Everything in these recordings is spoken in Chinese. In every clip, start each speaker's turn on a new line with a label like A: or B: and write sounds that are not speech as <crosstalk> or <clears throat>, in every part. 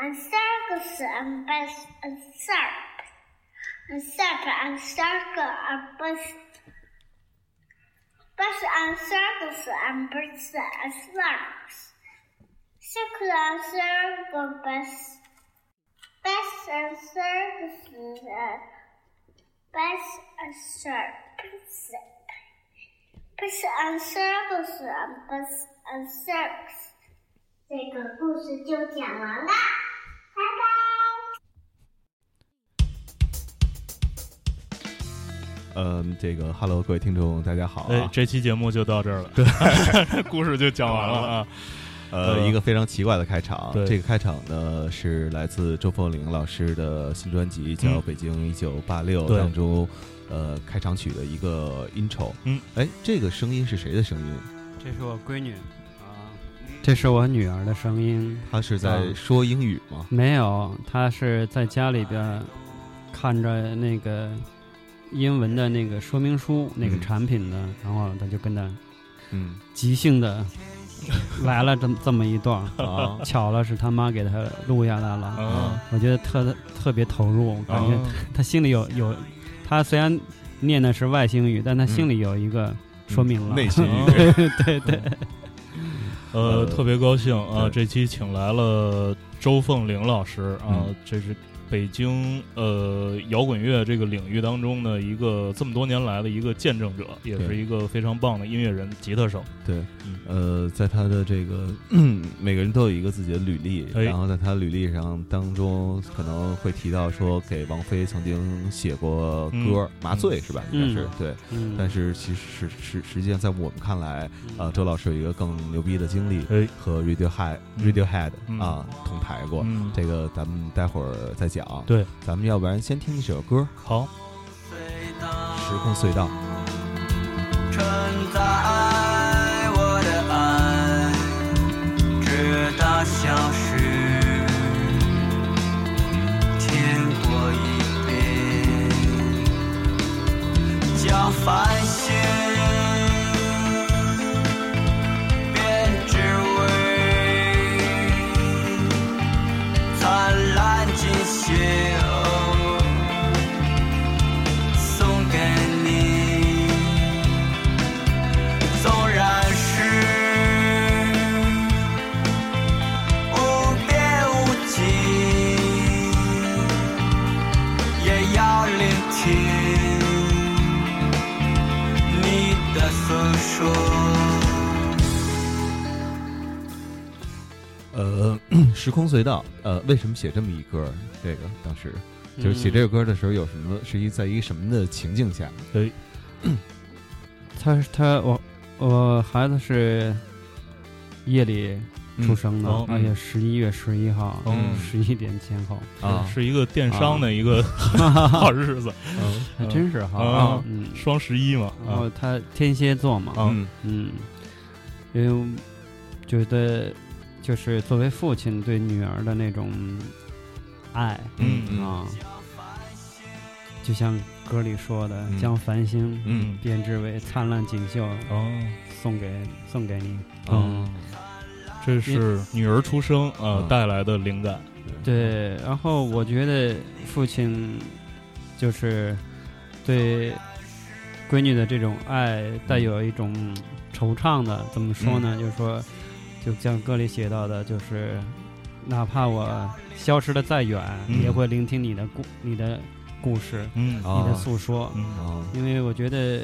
A: and circus and bus and surf and surf and circle and bus bus and circus and bus and snarks. Circle and circle bus bus and circus and bus and surf. Bus and circus and bus and circus. 这个故事就讲完啦，拜拜。
B: 嗯，这个 Hello，各位听众，大家好、
C: 哎，
B: 啊。
C: 这期节目就到这儿了，对， <laughs> 故事就讲完了 <laughs> 啊。
B: 呃，
C: 呃
B: 一个非常奇怪的开场。
C: 对
B: 这个开场呢是来自周凤玲老师的新专辑叫《北京一九八六》
C: 嗯对
B: 当中，呃，开场曲的一个 intro。
C: 嗯，
B: 哎，这个声音是谁的声音？
D: 这是我闺女啊，这是我女儿的声音。
B: 他是
C: 啊
B: 在说英语吗？
D: 没有，她是在家里边看着那个英文的那个说明书，那个
B: 嗯
D: 产品的，然后她就跟她
C: <laughs>
B: 嗯
D: 即
B: <laughs>
D: 兴的来了这么这么一段儿。，
B: 啊
D: 巧了，是他妈给她录下来
B: 哦
D: 了。
C: 嗯，
D: 我觉得特特别投入，感觉
C: 哦
D: 她心里有有，她虽然念的是外星语，但她心里
B: 嗯
D: 有一个说明了。
B: 内
C: <laughs>
B: 心
C: 嗯
B: 语。
D: 对对，
C: 呃，
B: 呃
C: 特别高兴啊，
B: 对
C: 这期请来了周凤玲老师啊
B: 嗯，
C: 这是北京呃摇滚乐这个领域当中的一个这么多年来的一个见证者，也
B: 对
C: 是一个非常棒的音乐人、吉他手。
B: 对，
C: 嗯
B: 呃，在他的这个每个人都有一个自己的履历，
C: 哎
B: 然后在他履历上当中可能会提到说给王菲曾经写过
C: 嗯
B: 歌，麻醉是吧？应该是、
D: 嗯
B: 对，
D: 嗯，
B: 但是其实实实实际上在我们看来，呃，
D: 嗯
B: 周老师有一个更牛逼的经历
C: 哎，
B: 和 Radiohead
C: 嗯
B: Radiohead
C: 嗯
B: 啊同台过，
C: 嗯，
B: 这个咱们待会儿再讲。
C: 对，
B: 咱们要不然先听一首歌，
C: 好，
B: 《时空隧道》。
E: 承载我的爱，直到消失。天过一遍，将繁星编织为灿烂锦绣。送给你，纵然是无边无际，也要聆听你的诉说。
B: 呃， <clears throat> 时空隧道，呃，为什么写这么一歌儿？这个当时就是写这个歌儿的时候，有什么是一在一个什么的情境下？
C: 哎，
D: 他是他我我孩子是夜里出生的，
C: 嗯哦
D: 而且十一月十一号
B: 嗯
D: 十一、11点前后，
B: 啊，
C: 是一个电商的一个好日子， <laughs>
D: 还真是哈，
C: 啊
D: 嗯，
C: 双十一嘛，
D: 然
C: 啊
D: 后他天蝎座嘛，
C: 啊
B: 哦嗯
D: 嗯，因为我觉得就是作为父亲对女儿的那种爱
C: 嗯
B: 嗯
D: 啊，就像歌里说的，
B: 嗯
D: 将繁星
B: 嗯
D: 编织为灿烂锦绣，
C: 哦。
D: 送给送给你，
B: 嗯
D: 哦
C: 这是女儿出生呃
B: 嗯
C: 带来的灵感，
D: 对，然后我觉得父亲就是对闺女的这种爱带有一种惆怅的，怎么说
C: 嗯
D: 呢？就是说，就像歌里写到的，就是哪怕我消失的再远，
C: 嗯
D: 也会聆听你的故、你的故事、
C: 嗯
B: 啊
D: 你的诉说，
C: 嗯
B: 啊
D: 因为我觉得。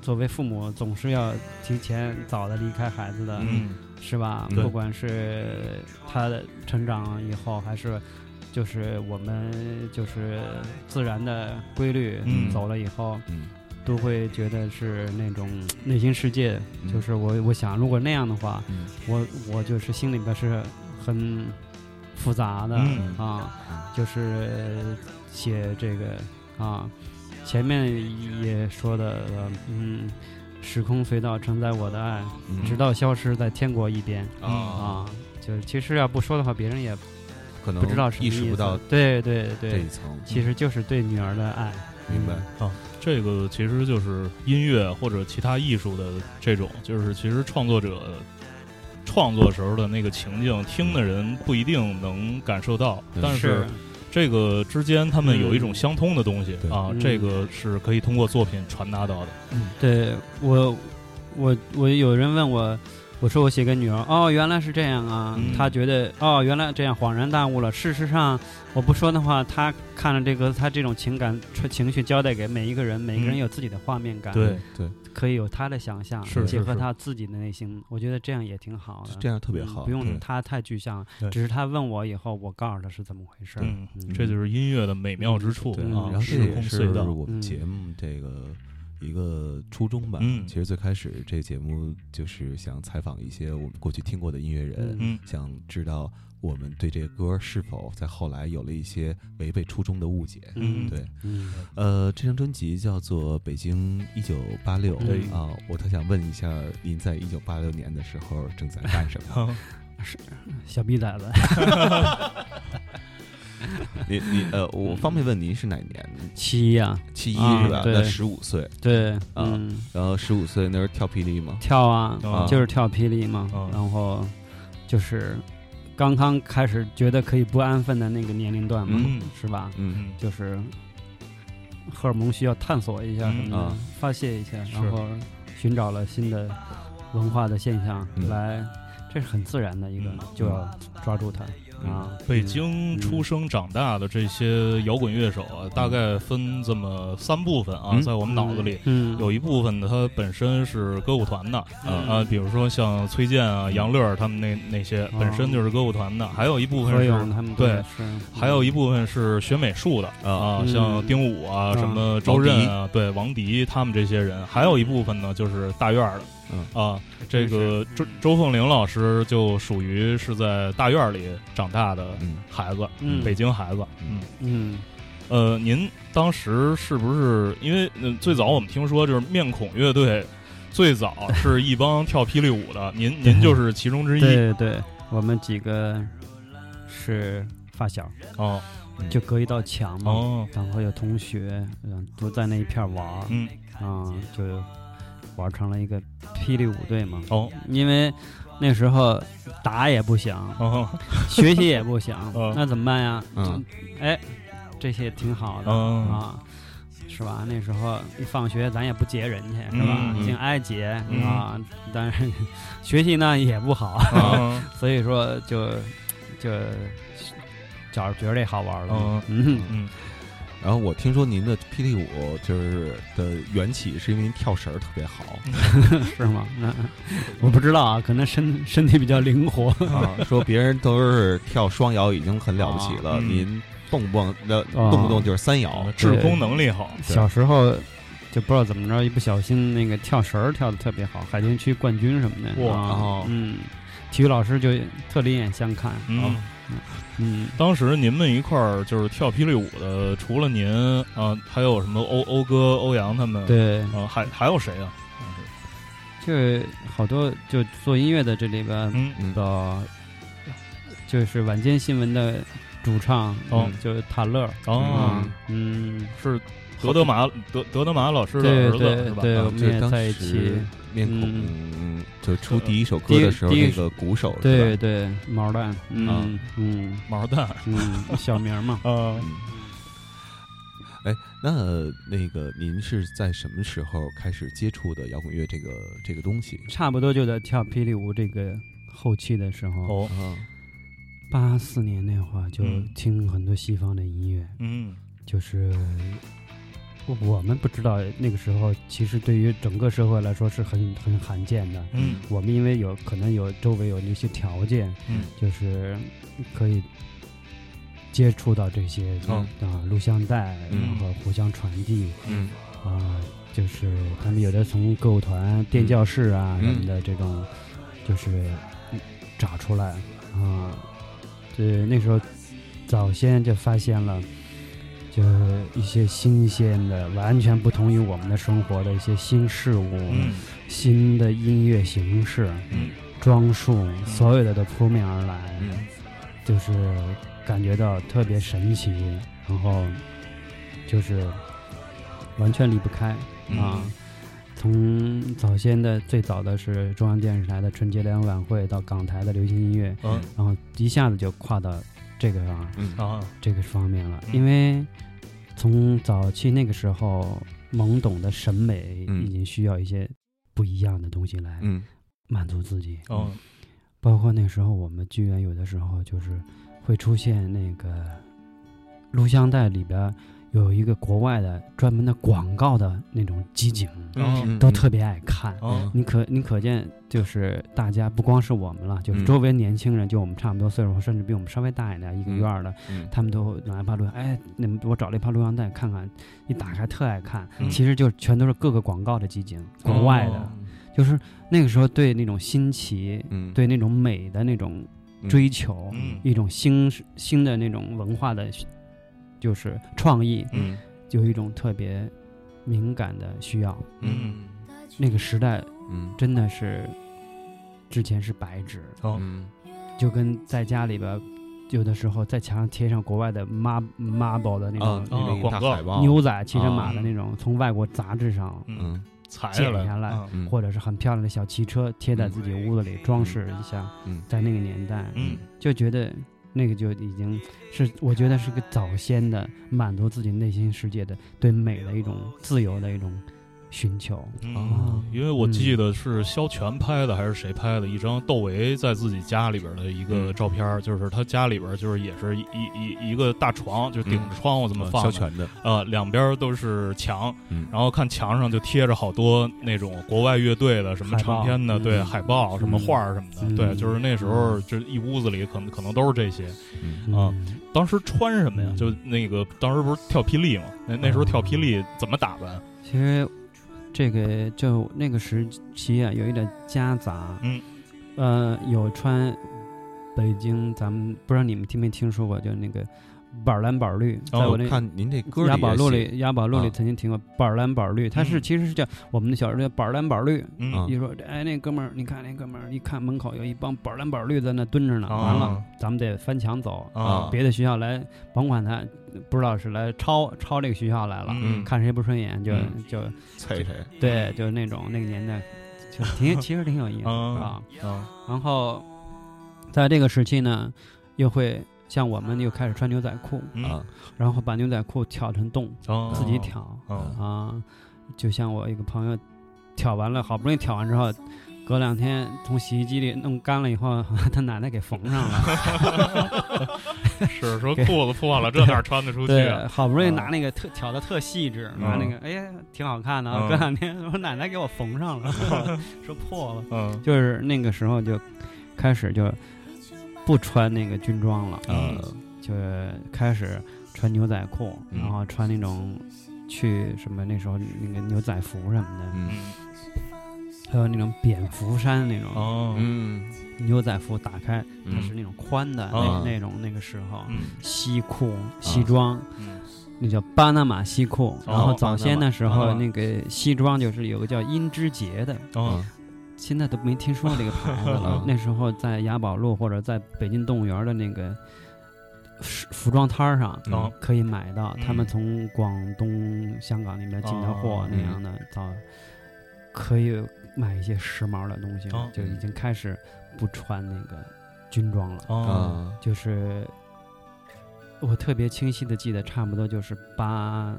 D: 作为父母，总是要提前早的离开孩子的，
C: 嗯
D: 是吧？
B: 对
D: 不管是他的成长以后，还是就是我们就是自然的规律
C: 嗯
D: 走了以后，
B: 嗯
D: 都会觉得是那种内心世界。
B: 嗯
D: 就是我我想，如果那样的话，
B: 嗯
D: 我我就是心里边是很复杂的、
C: 嗯
D: 啊，就是写这个啊，前面也说的了，嗯，时空隧道承载我的爱。
B: 嗯
D: 直到消失在天国一边
B: 啊，
D: 啊。就是其实要不说的话，别人也
B: 可能
D: 不知道什么
B: 意
D: 意
B: 识
D: 思。
B: 不到
D: 对对
B: 这一
D: 对，
B: 层，嗯
D: 其实哦就是对女儿的爱。
B: 明白。
C: 这个其实就是音乐或者其他艺术的这种，就是其实创作者创作时候的那个情境，听的人不一定能感受到，
B: 嗯
C: 但是这个之间他们有一种
D: 嗯
C: 相通的东西
B: 对
C: 啊，
D: 嗯
C: 这个是可以通过作品传达到的。
D: 对我，我我有人问我，我说我写给女儿，哦，原来是这样啊，
C: 嗯
D: 她觉得哦，原来这样恍然大悟了。事实上，我不说的话，她看了这个，她这种情感情绪交代给每一个人，每个人
C: 嗯
D: 有自己的画面感，
C: 对
B: 对，
D: 可以有她的想象，
B: 是
D: 结
B: 是
D: 合
B: 是
D: 她自己的内心，我觉得这样也挺好的，
B: 这样特别
D: 嗯
B: 好，
D: 不用
B: 对
D: 她太具象
B: 对，
D: 只是她问我以后，我告诉她是怎么回事儿。
C: 嗯，
D: 嗯
C: 这就是音乐的美妙之处
B: 对，
D: 嗯
C: 啊
B: 然，后这
C: 时
B: 也
C: 空
B: 是
C: 隧道。 <laughs>
B: 我们节目这个一个初衷吧。
C: 嗯
B: 其实最开始这节目就是想采访一些我们过去听过的音乐人，
C: 嗯
B: 想知道我们对这歌是否在后来有了一些违背初衷的误解。
C: 嗯
B: 对，
D: 嗯
B: 呃，这张专辑叫做《北京一九八六》
D: 对
B: 啊，我特想问一下，您在一九八六年的时候正在干
D: <laughs>
B: 什么？
C: 啊
D: 小逼崽子，
B: 你你呃，我方便问您是哪年？
D: 七呀、
B: 七一
D: 啊
B: 是吧？
D: 对
B: 那十五岁，
D: 对，
B: 啊
D: 嗯，
B: 然后十五岁那时候跳霹雳吗？
D: 跳啊，
C: 啊
D: 就是跳霹雳嘛，
C: 啊
D: 然后就是刚刚开始觉得可以不安分的那个年龄段嘛，
C: 嗯
D: 是吧？
B: 嗯，
C: 嗯
D: 就是荷尔蒙需要探索一下什么的，
B: 嗯啊
D: 发泄一下，
C: 是
D: 然后寻找了新的文化的现象、
B: 嗯
D: 来，这是很自然的一个，
C: 嗯
D: 就要抓住它、啊。
C: 北京出生长大的这些摇滚乐手啊，大概分这么三部分啊，
B: 嗯
C: 在我们脑子里。
D: 嗯，
C: 有一部分呢，它本身是歌舞团的啊、
D: 嗯
C: 啊，比如说像崔健啊、杨乐儿他们那那
D: 哦
C: 些本身就是歌舞团的，还有一部
D: 何
C: 分
D: 勇
C: 是，
D: 他们
C: 对
D: 都是，
C: 还有一部分是学美术的
B: 啊
C: 啊，
D: 嗯
C: 像丁武啊、
D: 嗯
C: 什么周震啊、对王迪他们这些人，还有一部分呢就是大院儿的，
D: 嗯
C: 啊，这个周周凤玲老师就属于是在大院儿里长大的
B: 嗯
C: 孩子，
D: 嗯
C: 北京孩子，
B: 嗯
C: 嗯。
D: 嗯
C: 呃，您当时是不是因为、呃、最早我们听说就是面孔乐队，最早是一帮跳霹雳舞的， <laughs> 您您就是其中之一
D: 对对，我们几个是发小，
C: 哦
D: 就隔一道墙嘛。
C: 哦，
D: 然后有同学，嗯，都在那一片儿玩儿，
C: 嗯
D: 啊、就玩成了一个霹雳舞队嘛。
C: 哦
D: 因为那时候打也不行，
C: 哦
D: 学习也不行，
C: <laughs> 嗯
D: 那怎么办呀？
B: 嗯
D: 哎，这些挺好的、
C: 嗯
D: 啊，是吧？那时候一放学咱也不劫人去，是吧？
C: 嗯嗯
D: 净挨劫、
C: 嗯
D: 啊，但是学习呢也不好，
C: 哦
D: <laughs> 所以说就就找着觉得这好玩了。
C: 哦
D: 嗯
C: 嗯
B: 然后我听说您的霹雳舞就是的缘起是因为您跳绳儿特别好
D: 是吗？那我不知道啊，可能身 <laughs> 身体比较灵活。
B: 啊，说别人都是跳双摇已经很了不起了，
C: 啊嗯
B: 您动不动那
D: 啊
B: 动不动就是三摇
C: 哦，，制空能力好，
D: 小时候就不知道怎么着，一不小心那个跳绳儿跳的特别好，海淀区冠军什么的。
C: 哇
D: 啊
B: 哦，
D: 嗯，体育老师就特另眼相看。
C: 嗯
D: 啊，。嗯，
C: 当时您们一块儿就是跳霹雳舞的，呃除了您啊，还有什么欧欧哥、欧阳他们？，
D: 对，
C: 啊，还还有谁啊？
D: 就是好多就做音乐的这里边
C: 嗯
B: 嗯
D: 的，就是晚间新闻的主唱，
C: 哦
D: 嗯就是塔勒。
C: 哦，
D: 啊，嗯，
C: 是德德玛德德德玛老师的
D: 对
C: 儿子
D: 对
C: 是吧？
D: 对，
B: 啊
D: 我们
B: 就
D: 也
B: 是当
D: 在一
B: 时
D: 起。
B: 面孔
D: 嗯呃
B: 嗯就出第一首歌
D: 第一
B: 的时候
D: 第一
B: 那个鼓手
D: 对
B: 是吧？
D: 对，毛蛋，嗯嗯
C: 毛蛋，
D: 嗯，小名嘛
C: <laughs> 啊
B: 嗯。哎，那那个您是在什么时候开始接触的摇滚乐这个这个东西？
D: 差不多就在跳霹雳舞这个后期的时候，
C: 哦
B: 啊，
D: 八四年那会儿就
C: 嗯
D: 听很多西方的音乐，
C: 嗯
D: 就是我们不知道那个时候，其实对于整个社会来说是很很罕见的。
C: 嗯
D: 我们因为有可能有周围有那些条件，
C: 嗯
D: 就是可以接触到这些
B: 哦
D: 啊、录像带，
B: 嗯
D: 然后互相传递，
B: 嗯
D: 啊，就是他们有的从歌舞团、电教室啊
B: 嗯
D: 什么的这种，就是找出来啊。对，那时候早先就发现了，就是一些新鲜的、完全不同于我们的生活的一些新事物、
C: 嗯
D: 新的音乐形式、
B: 嗯
D: 装束，所有的都扑面而来。
B: 嗯
D: 就是感觉到特别神奇，然后就是完全离不开啊。
B: 嗯
D: 从早先的最早的是中央电视台的春节联欢晚会，到港台的流行音乐，
C: 嗯
D: 然后一下子就跨到这个上
B: 嗯
C: 啊，
D: 这个方面了。
C: 嗯
D: 因为从早期那个时候，懵懂的审美
B: 嗯
D: 已经需要一些不一样的东西来
B: 嗯
D: 满足自己。
C: 哦，
D: 包括那时候我们剧院有的时候就是会出现那个录像带里边儿有一个国外的专门的广告的那种集锦，
B: 嗯，
D: 都特别爱看。
C: 哦，
D: 你可你可见，就是大家不光是我们了，就是
B: 嗯
D: 周围年轻人，就我们差不多岁数，甚至比我们稍微大一点，一个
B: 嗯
D: 院儿的，
B: 嗯
D: 他们都拿一盘录像，哎，你们我找了一盘录像带看看，一打开特爱看，
C: 嗯
D: 其实就全都是各个广告的集锦，国外的，
C: 哦
D: 就是那个时候对那种新奇，
B: 嗯
D: 对那种美的那种追求，
C: 嗯
D: 一种新新的那种文化的，就是创意，
C: 嗯
D: 有一种特别敏感的需要。
C: 嗯，
D: 那个时代
B: 嗯
D: 真的是，之前是白纸，
C: 哦，
B: 嗯
D: 就跟在家里边儿，有的时候在墙上贴上国外的 mar marble 的那种、
B: 啊，
C: 哦
B: 那个大海报，
D: 牛仔
B: 哦
D: 骑着马的
C: 啊
D: 那种，从外国杂志上，
C: 嗯，
B: 嗯
C: 裁下来
D: 剪下来
C: 了，
B: 嗯，
D: 或者是很漂亮的小汽车贴在自己屋子里装饰一下，
B: 嗯
D: 在那个年代，
C: 嗯
D: 就觉得那个就已经是我觉得是个早先的满足自己内心世界的对美的一种自由的一种寻求。
C: 嗯
B: 哦
C: 因为我记得是肖全拍的还是谁拍的一张窦唯在自己家里边的一个照片儿，就是他家里边儿就是也是一一一一个大床，就顶着窗户这么放
B: 肖
C: 的，
B: 嗯全的，
C: 呃，两边儿都是墙，
B: 嗯
C: 然后看墙上就贴着好多那种国外乐队的什么
D: 海报
C: 唱片的，
D: 嗯
C: 对，海报什么
D: 嗯
C: 画儿什么的，
D: 嗯
C: 对，就是那时候这一屋子里可能可能都是这些。
B: 嗯
D: 嗯
C: 啊当时穿什么呀？
D: 嗯
C: 就那个当时不是跳霹雳嘛？那那时候跳霹雳怎么打扮？
D: 其实这个就那个时期啊，有一点夹杂，
C: 嗯，
D: 呃，有穿北京，咱们不知道你们听没听说过，就那个板蓝板绿，
C: 哦
D: 在我
B: 嗯我
D: 那。
B: 看您这歌
D: 雅宝路
B: 里，
D: 里，雅宝路里
B: 啊
D: 曾经听过板蓝板绿，它是
C: 嗯
D: 其实是叫我们的小时候叫板蓝板绿。
C: 嗯
B: 啊
D: 一说哎，那哥们儿，你看那哥们儿，一看门口有一帮板蓝板绿在那蹲着呢，
C: 啊
D: 完了，咱们得翻墙走，
B: 啊
D: 别的学校来甭管他，不知道是来抄抄这个学校来了，
C: 嗯
D: 看谁不顺眼就
B: 嗯
D: 就
B: 踩谁？
D: 对，就是那种那个年代，就
C: <laughs>
D: 挺其实挺有意思的
C: 嗯
D: 啊。
C: 啊
D: 然后在这个时期呢，又会像我们又开始穿牛仔裤，
C: 嗯
B: 啊，
D: 然后把牛仔裤挑成洞，
C: 啊
D: 自己挑
C: 啊
D: 啊。就像我一个朋友，挑完了，好不容易挑完之后。隔两天从洗衣机里弄干了以后， <laughs> 他奶奶给缝上了。
C: <laughs> 是说裤子破了，这哪穿得出去
D: 对，
C: 啊？
D: 好不容易拿
C: 啊
D: 那个特挑的特细致，拿那个哎呀挺好看的啊。
C: 嗯
D: 隔两天我奶奶给我缝上
C: <laughs>
D: 了，说破了。
C: 嗯
D: 就是那个时候就开始就不穿那个军装了，
B: 呃，
D: 就是开始穿牛仔裤，
B: 嗯
D: 然后穿那种去什么那时候那个牛仔服什么的，
B: 嗯
C: 嗯
D: 还有那种蝙蝠衫那种
C: 哦
B: 嗯
D: 牛仔服，打开它是
B: 嗯
D: 那种宽的
C: 啊
D: 那那种那个时候
C: 嗯
D: 西裤西装。
C: 嗯
D: 那叫巴拿马西裤，然后早先的时
C: 巴拿
D: 候，
C: 马
D: 那个西装就是有个叫英之杰的，
B: 嗯
C: 哦
D: 现在都没听说过这个牌子了
B: 啊。
D: 那时候在雅宝路或者在北京动物园的那个服服装摊儿上
C: 哦
D: 可以买到，
C: 嗯
D: 他们从广东、香港那边进的货
C: 哦
D: 那样的，到可以买一些时髦的东西了
C: 哦，
D: 就已经开始不穿那个军装了，
C: 哦
B: 啊
D: 就是。我特别清晰的记得，差不多就是八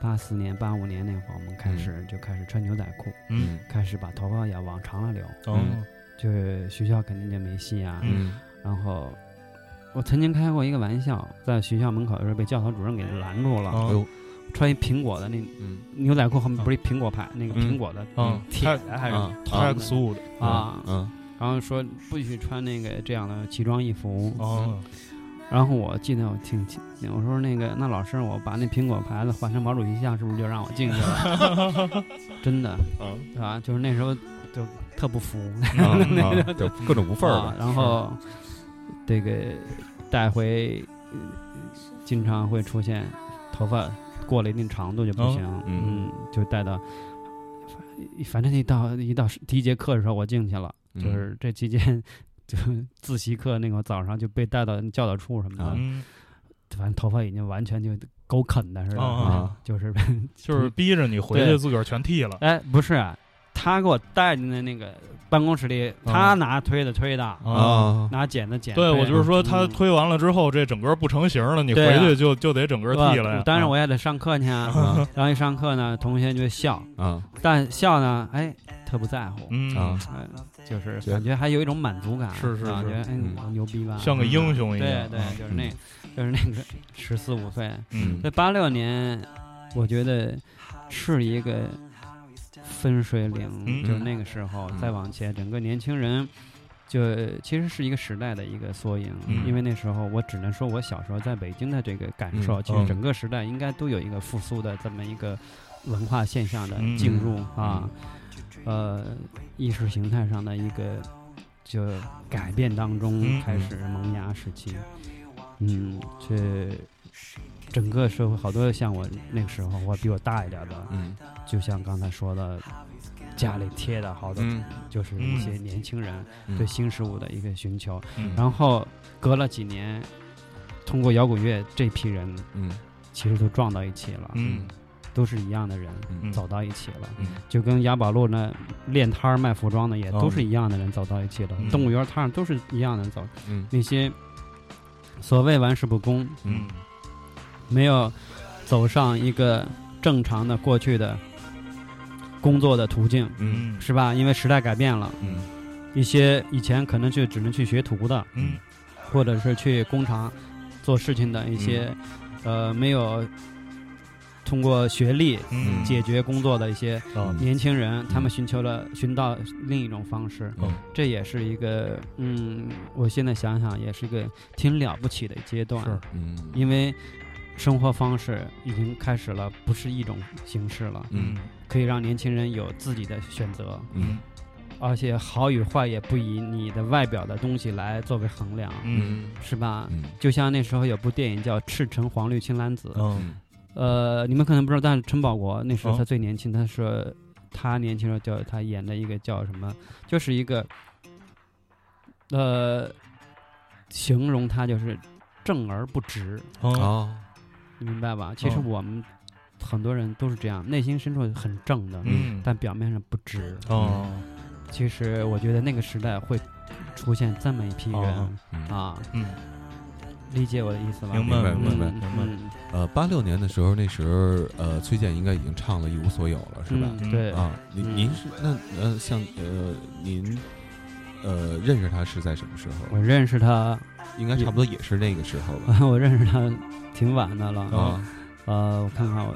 D: 八四年、八五年那会儿，我们开始就开始穿牛仔裤，
C: 嗯
D: 开始把头发也往长了留，
C: 哦
D: 就是学校肯定就没戏啊。
B: 嗯
D: 然后我曾经开过一个玩笑，在学校门口的时候被教导主任给拦住了，
B: 哎
C: 哦
B: 呦
D: 穿一苹果的那
B: 嗯
D: 牛仔裤后面不是一苹果牌、那个
B: 嗯
D: 苹果的、
C: 哦
D: 铁的还是
B: 啊
D: 铜
C: Tax
D: 的
C: Wood
D: 啊，
B: 嗯
D: 然后说不许穿那个这样的奇装异服。
C: 哦
D: 然后我记得我挺挺，我说那个那老师，我把那苹果牌子换成毛主席像，是不是就让我进
C: <laughs>
D: 去了？真的，
B: 嗯
D: 对吧？就是那时候就特不服，
C: 哦
D: <laughs>
B: 啊，就各种无缝
D: 啊
B: 儿，
D: 然后这个带回，呃经常会出现头发过了一定长度就不
C: 哦
D: 行，
B: 嗯
D: 就带到。反正一到一到第一节课的时候，我进去了，嗯
C: 嗯
D: 就是这期间，就自习课那个早上就被带到教导处什么的，
B: 啊
C: 嗯
D: 反正头发已经完全就狗啃的似的，
C: 啊
B: 啊
D: 就是 <laughs>
C: 就是逼着你回去自个儿全剃了
D: 哎，不是啊、他给我带进的那个办公室里，他拿推的推的，
C: 啊。
B: 啊，
D: 拿剪的剪的。
C: 哦对，我就是说，他
D: 嗯
C: 推完了之后，这整个不成形了，你
D: 对
C: 回
D: 啊
C: 去就就得整个剃了呀。嗯
D: 当然我也得上课去啊，
B: 啊
D: 然后一上课呢，同学就笑，
B: 啊
D: 但笑呢，哎，特不在乎，
C: 嗯
B: 啊，
D: 哎就是
B: 觉得
D: 感觉还有一种满足感，
C: 是是
D: 啊
C: 是
D: 觉得哎
B: 嗯
D: 我牛逼吧，
C: 像个英雄一
D: 对
C: 样。
D: 对，就是那，就是那个十四五岁，
C: 嗯
D: 这八六年，我觉得是一个分水岭，
C: 嗯
D: 就是那个时候、
B: 嗯
D: 再往前，整个年轻人就其实是一个时代的一个缩影。
C: 嗯
D: 因为那时候我只能说我小时候在北京的这个感受，
B: 嗯
D: 其实整个时代应该都有一个复苏的这么一个文化现象的进入、
C: 嗯
D: 啊，呃，意识形态上的一个就改变当中
C: 嗯
D: 开始萌芽时期。嗯，这整个社会好多像我那个时候，或比我大一点的，
B: 嗯
D: 就像刚才说的，家里贴的好多，
B: 嗯
D: 就是一些年轻人对新事物的一个寻求。
C: 嗯
D: 然后隔了几年，通过摇滚乐这批人
B: 嗯
D: 其实都撞到一起了，
C: 嗯
D: 都是一样的人。
B: 嗯
D: 走到一起了，
B: 嗯
D: 就跟雅宝路那练摊儿卖服装的也
C: 哦
D: 都是一样的人走到一起了，
C: 嗯
D: 动物园摊儿都是一样的人走。
B: 嗯
D: 那些所谓玩世不恭，
B: 嗯
C: 嗯
D: 没有走上一个正常的过去的工作的途径，
B: 嗯
D: 是吧？因为时代改变了，
B: 嗯
D: 一些以前可能就只能去学徒的，
C: 嗯
D: 或者是去工厂做事情的一些，呃，没有通过学历
C: 嗯，
D: 解决工作的一些
B: 嗯
C: 啊
D: 年轻人，他们寻求了寻到另一种方式，
B: 嗯
D: 这也是一个，嗯，我现在想想也是一个挺了不起的阶段，
C: 是
B: 嗯
D: 因为生活方式已经开始了，不是一种形式了，
B: 嗯
C: 嗯
D: 可以让年轻人有自己的选择，
B: 嗯
D: 而且好与坏也不以你的外表的东西来作为衡量，
C: 嗯
D: 是吧？
B: 嗯
D: 就像那时候有部电影叫《赤橙黄绿青蓝紫》，
C: 嗯
D: 呃，你们可能不知道，但是陈宝国那时候
C: 哦
D: 他最年轻，他说他年轻时候叫他演的一个叫什么，就是一个，呃，形容他就是正而不直，
C: 啊
B: 哦
D: 你明白吧？其实
C: 嗯
D: 我们很多人都是这样，内心深处很正的，
C: 嗯
D: 但表面上不直。
C: 哦
D: 其实我觉得那个时代会出现这么一批人、
C: 哦
B: 嗯
D: 啊，
C: 嗯
D: 理解我的意思吧？
C: 明
B: 白
D: 嗯
B: 明白
D: 嗯
C: 明白
D: 嗯
B: 呃，八六年的时候，那时候呃，崔健应该已经唱了《一无所有》了，是吧？
D: 嗯
C: 嗯
D: 对，
B: 啊，您
D: 嗯
B: 您是那呃，像呃您呃认识他是在什么时候
D: 我？认识他， <laughs>
B: 应该差不多也是那个时候吧？
D: 我认识他挺晚的
C: 哦
D: 了。
B: 啊，
D: 呃，我看看我。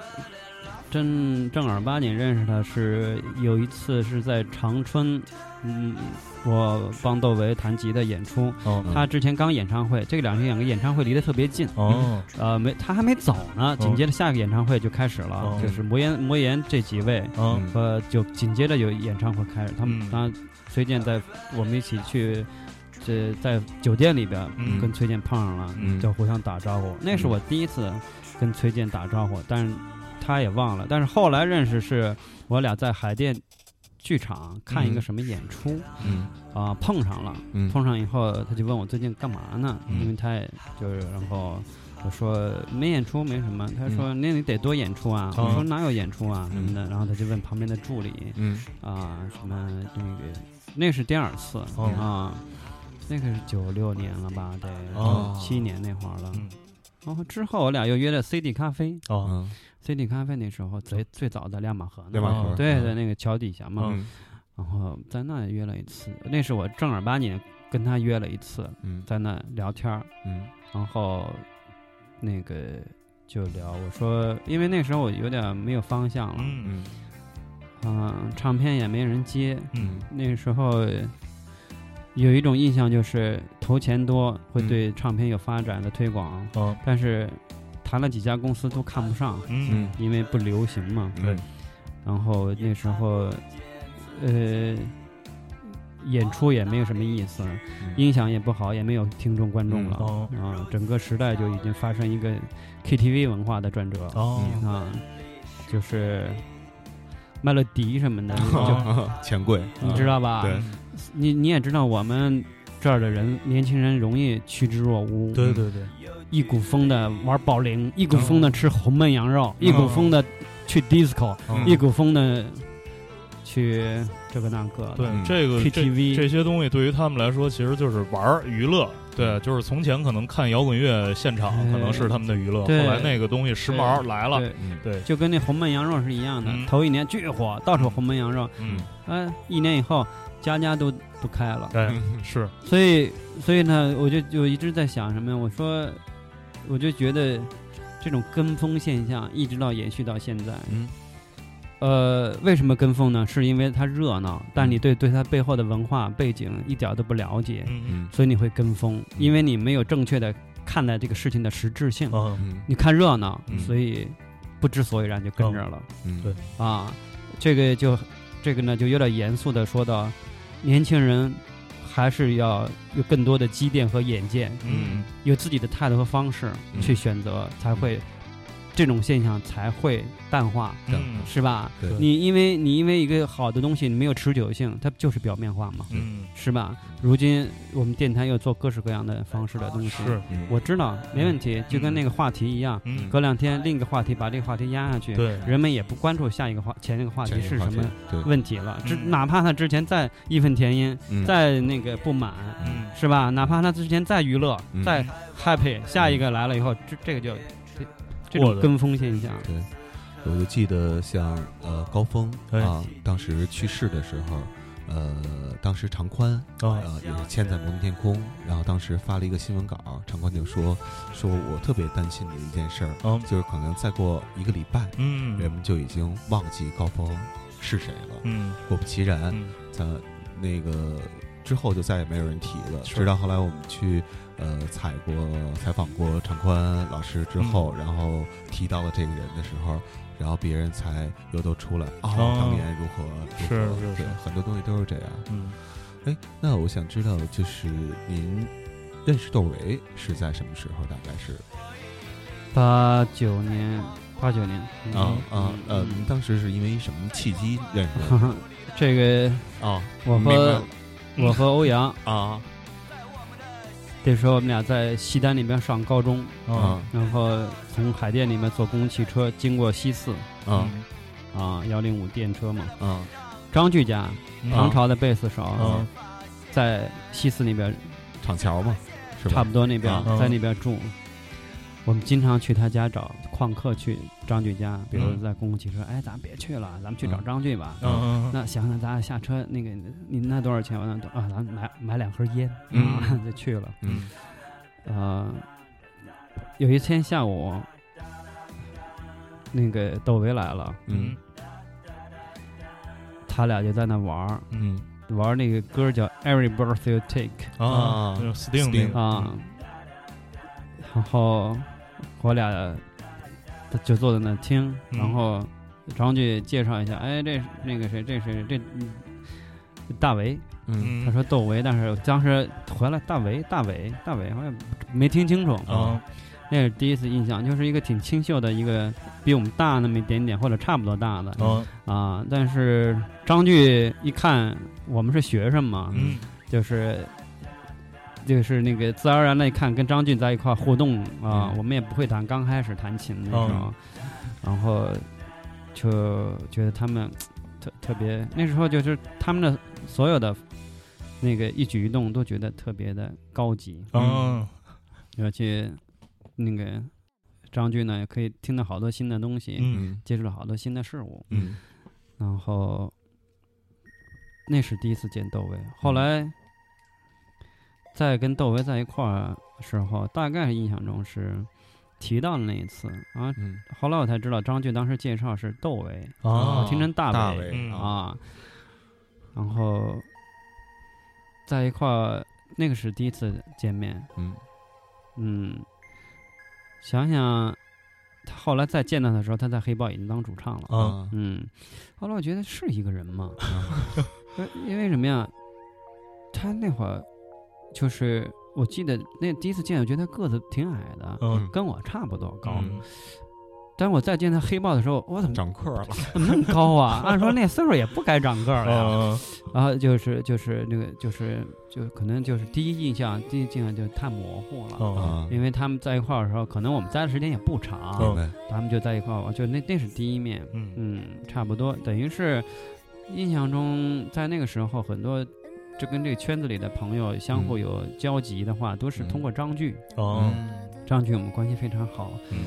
D: 真正儿八经认识他是有一次是在长春，嗯，我帮窦唯弹吉的演出，
C: 哦
D: 他之前刚演唱会，这两天两个演唱会离得特别近，
C: 哦
D: 呃，没他还没走呢，紧接着下个演唱会就开始了，
C: 哦
D: 就是魔岩魔岩这几位，
C: 嗯
D: 呃，就紧接着有演唱会开始，他们
C: 嗯
D: 当崔健在我们一起去，这在酒店里边
C: 嗯
D: 跟崔健碰上了，
B: 嗯
D: 就互相打招呼，那是我第一次跟崔健打招呼，但是他也忘了，但是后来认识是我俩在海淀剧场看一个
C: 嗯
D: 什么演出
B: 嗯
D: 啊、碰上了。
B: 嗯
D: 碰上以后，他就问我最近干嘛呢？
B: 嗯
D: 因为他也就是，然后我说没演出没什么，他说、那你得多演出啊。
C: 嗯
D: 我说哪有演出啊、什么的，然后他就问旁边的助理
B: 嗯
D: 啊、什么那个，那是第二次啊、
C: 哦
D: 那个是九六年了吧，得
C: 哦
D: 七年那会儿了。
C: 嗯
D: 然后之后我俩又约了 CD 咖啡
C: 哦
B: 嗯
D: ，CD 咖啡那时候最最早的亮马河呢，
B: 两
C: 嗯马
B: 把
C: 河
B: 河，
D: 对
B: 嗯
D: 对，那个桥底下嘛。
B: 嗯
D: 然后在那约了一次，那是我正儿八经跟他约了一次，
B: 嗯
D: 在那聊天儿，
B: 嗯
D: 然后那个就聊，我说因为那时候我有点没有方向了，嗯、
C: 嗯
D: 唱片也没人接，
C: 嗯
D: 那时候有一种印象就是投钱多会对唱片有发展的推广，
C: 哦
D: 但是谈了几家公司都看不上，
C: 嗯
B: 嗯
D: 因为不流行嘛，
B: 嗯
D: 然后那时候，呃，演出也没有什么意思，
C: 嗯
D: 音响也不好，也没有听众观众了、
C: 哦
D: 啊，整个时代就已经发生一个 KTV 文化的转折、
C: 哦
D: 啊，就是卖了迪
C: <laughs>
D: 什么的，
C: 哦
D: 就
B: 嗯，钱柜，
D: 你知道吧？
B: 对
D: 你你也知道我们这儿的人，年轻人容易趋之若鹜，
C: 对对对嗯
D: 一股风的玩保龄，一股风的吃红焖羊肉，一股风的去 disco，、
C: 嗯
D: 一股风的去这个那个的。
C: 对
B: 嗯
C: 这个这
D: KTV
C: 这些东西对于他们来说，其实就是玩儿娱乐。对，就是从前可能看摇滚乐现场
D: 哎
C: 可能是他们的娱乐，后
D: 对
C: 来那个东西时髦来了，
D: 对，
B: 嗯
C: 对，
D: 就跟那红焖羊肉是一样的，
C: 嗯
D: 头一年巨火，到处红焖羊肉，
C: 嗯，
D: 嗯、一年以后家家都都开了。
C: 对，
B: 嗯
C: 是，
D: 所以，所以呢，我就就一直在想什么呀？我说，我就觉得这种跟风现象一直到延续到现在。
B: 嗯
D: 呃，为什么跟风呢？是因为它热闹，但你对对它背后的文化背景一点儿都不了解，
C: 嗯
B: 嗯
D: 所以你会跟风，因为你没有正确的看待这个事情的实质性。
C: 嗯
B: 嗯
D: 你看热闹
C: 嗯，
D: 所以不知所以然就跟着了。
B: 嗯，
C: 对
D: 啊，这个就这个呢，就有点严肃的说到，年轻人还是要有更多的积淀和眼界，
C: 嗯
D: 有自己的态度和方式
B: 嗯
D: 去选择，才会这种现象才会淡化，
C: 嗯
D: 是吧？
B: 对
D: 你因为你因为一个好的东西，你没有持久性，它就是表面化嘛，
C: 嗯，
D: 是吧？如今我们电台又做各式各样的方式的东西，
C: 是，
B: 嗯
D: 我知道没问题，就跟那个话题一样，
C: 嗯，
D: 隔两天另一个话题把这个话题压下去，
C: 对，
D: 人们也不关注下一个话前一个话题是什么
B: 对，
D: 问题了，之
C: 嗯
D: 哪怕他之前再义愤填膺，
B: 嗯
D: 再那个不满，
C: 嗯，
D: 是吧？哪怕他之前再娱乐，
B: 嗯
D: 再 happy，下一个来了以后，这这个就这这
C: 我
D: 种
C: 的
D: 跟风现象，
B: 对，我就记得像呃高峰
C: 哎
B: 啊，当时去世的时候，呃，当时长宽
C: 啊，
B: 呃也是签在摩登天空，然后当时发了一个新闻稿，长宽就说说我特别担心的一件事儿，
C: 嗯
B: 就是可能再过一个礼拜，人
C: 嗯
B: 们就已经忘记高峰是谁了。
C: 嗯
B: 果不其然，
C: 嗯
B: 在那个之后就再也没有人提了。
C: 是
B: 直到后来我们去呃采过采访过常宽老师之后，然后提到了这个人的时候，然后别人才又都出来哦，
C: 哦
B: 当年如何如
C: 是
B: 何，
C: 是
B: 对
C: 是
B: 很多东西都是这样。
C: 嗯，
B: 哎，那我想知道就是您。认识窦唯是在什么时候？大概是
D: 八九年，八九年嗯
B: 啊啊
D: 嗯
B: 呃，您当时是因为什么契机认识的？
D: <laughs> 这个
B: 哦，
D: 我
B: 明白
D: 和
B: 了
D: 我和欧阳
B: 啊
D: 这时候我们俩在西单那边上高中，
B: 啊
C: 啊
D: 然后从海淀里面坐公共汽车经过西四
B: 啊
D: 啊幺零五电车嘛，
B: 啊！
D: 张炬家唐朝的贝斯手，
C: 啊
D: 在西四那边，
B: 厂桥嘛，是吧？
D: 差不多那边、
C: 啊
D: 在那边住。我们经常去他家找旷课，去张炬家，比如
C: 嗯
D: 在公共汽车，哎，咱别去了，咱们去找
B: 嗯
D: 张炬吧。
C: 嗯
D: 那行，那咱俩下车，那个你那多少钱？我那多啊，咱买买两盒烟，
B: 嗯
D: 啊， <laughs> 就去了。
B: 嗯
D: 呃，有一天下午，那个窦唯来了，
B: 嗯
C: 嗯
D: 他俩就在那玩儿
B: 嗯，
D: 玩儿那个歌叫《Every Breath You Take》。
C: 啊
B: 嗯
C: ，Sting 那个
D: 啊，然后我俩就坐在那听，
C: 嗯
D: 然后张炬介绍一下，哎，这是那个谁，这是这嗯大为，
B: 嗯
C: 嗯，
D: 他说窦唯，但是当时回来大为，大为，大为好像没听清楚，
C: 啊，
D: 那是第一次印象，就是一个挺清秀的一个，比我们大那么一点点或者差不多大的
C: 啊，
D: 啊，但是张炬一看我们是学生嘛，
C: 嗯
D: 就是就是那个自然而然的看跟张俊在一块儿互动啊、
B: 嗯
D: 我们也不会弹，刚开始弹琴那时候，然后就觉得他们特特别，那时候就是他们的所有的那个一举一动都觉得特别的高级，
C: 啊，
D: 尤其那个张俊呢，也可以听到好多新的东西，
C: 嗯
B: 嗯
D: 接触了好多新的事物，
B: 嗯
D: 然后那是第一次见窦唯。后来在跟窦唯在一块儿的时候，大概印象中是提到了那一次啊。
B: 嗯
D: 后来我才知道，张炬当时介绍是窦唯，
C: 啊
D: 我听成大
B: 大
D: 伟
B: 伟
C: 嗯
D: 啊。然后在一块儿，那个是第一次见面。
B: 嗯
D: 嗯，想想他后来再见到他的时候，他在黑豹已经当主唱了。
C: 啊，
D: 嗯，后来我觉得是一个人嘛，
C: 啊
D: 呃因为什么呀？他那会儿就是我记得那第一次见，我觉得他个子挺矮的，
C: 嗯
D: 跟我差不多高。
C: 嗯
D: 但是我再见他黑豹的时候，我怎么
B: 长个儿了，
D: 怎么那么高
C: <laughs>
D: 啊？按说那岁数也不该长个儿了呀。
C: 嗯
D: 然后就是就是那个就是就可能就是第一印象，第一印象就太模糊了。
C: 嗯
B: 啊，
D: 因为他们在一块儿的时候，可能我们待的时间也不长，
C: 嗯
B: 明白，
D: 他们就在一块儿，就那那是第一面，
C: 嗯
D: 嗯，差不多，等于是印象中在那个时候，很多就跟这个圈子里的朋友相互
B: 嗯
D: 有交集的话，都是通过
C: 嗯
D: 张炬，
C: 哦
B: 嗯
D: 张炬我们关系非常好，
B: 嗯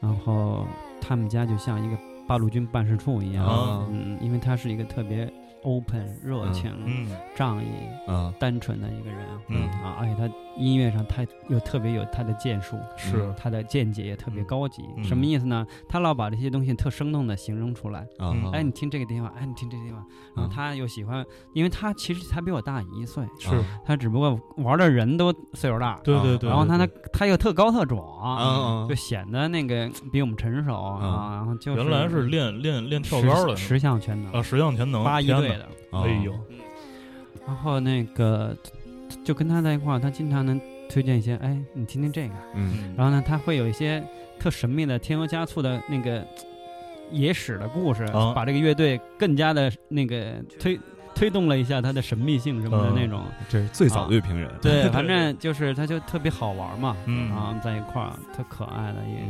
D: 然后他们家就像一个八路军办事处一样，
B: 啊
D: 嗯，因为他是一个特别 open、热情、
C: 嗯
D: 仗义、
B: 啊，
D: 单纯的一个人。
C: 嗯
D: 啊，而且他音乐上他又特别有他的建树，
C: 是
D: 他的见解也特别高级。
C: 嗯
D: 什么意思呢？他老把这些东西特生动的形容出来。
B: 啊
C: 嗯，
D: 哎，你听这个地方，哎，你听这个地方，然
B: 嗯
D: 后他又喜欢，因为他其实才比我大一岁，啊
C: 是，
D: 他只不过玩的人都岁数大，
C: 对对
B: 啊
C: 对，
D: 然后
C: 对
D: 他
C: 对嗯
D: 他他又特高特
B: 啊
D: 壮，
B: 啊，
D: 就显得那个比我们成熟
B: 啊
D: 啊。然后就是
C: 原来是练练练跳高的
D: 十十项全
C: 啊，
D: 能，
C: 十项全能，
D: 八一
C: 天
D: 队
C: 哪，
D: 的，
B: 啊
C: 哎呦，
D: 然后那个就跟他在一块儿，他经常能推荐一些，哎，你听听这个。
B: 嗯
C: 嗯
D: 然后呢，他会有一些特神秘的添油加醋的那个野史的故事，
C: 啊
D: 把这个乐队更加的那个推推动了一下它的神秘性什么的
C: 嗯
D: 那种。
B: 这是最早的乐评人，
D: 啊对，
C: 对
D: 反正就是他就特别好玩嘛，
C: 嗯
D: 然后在一块儿特可爱的也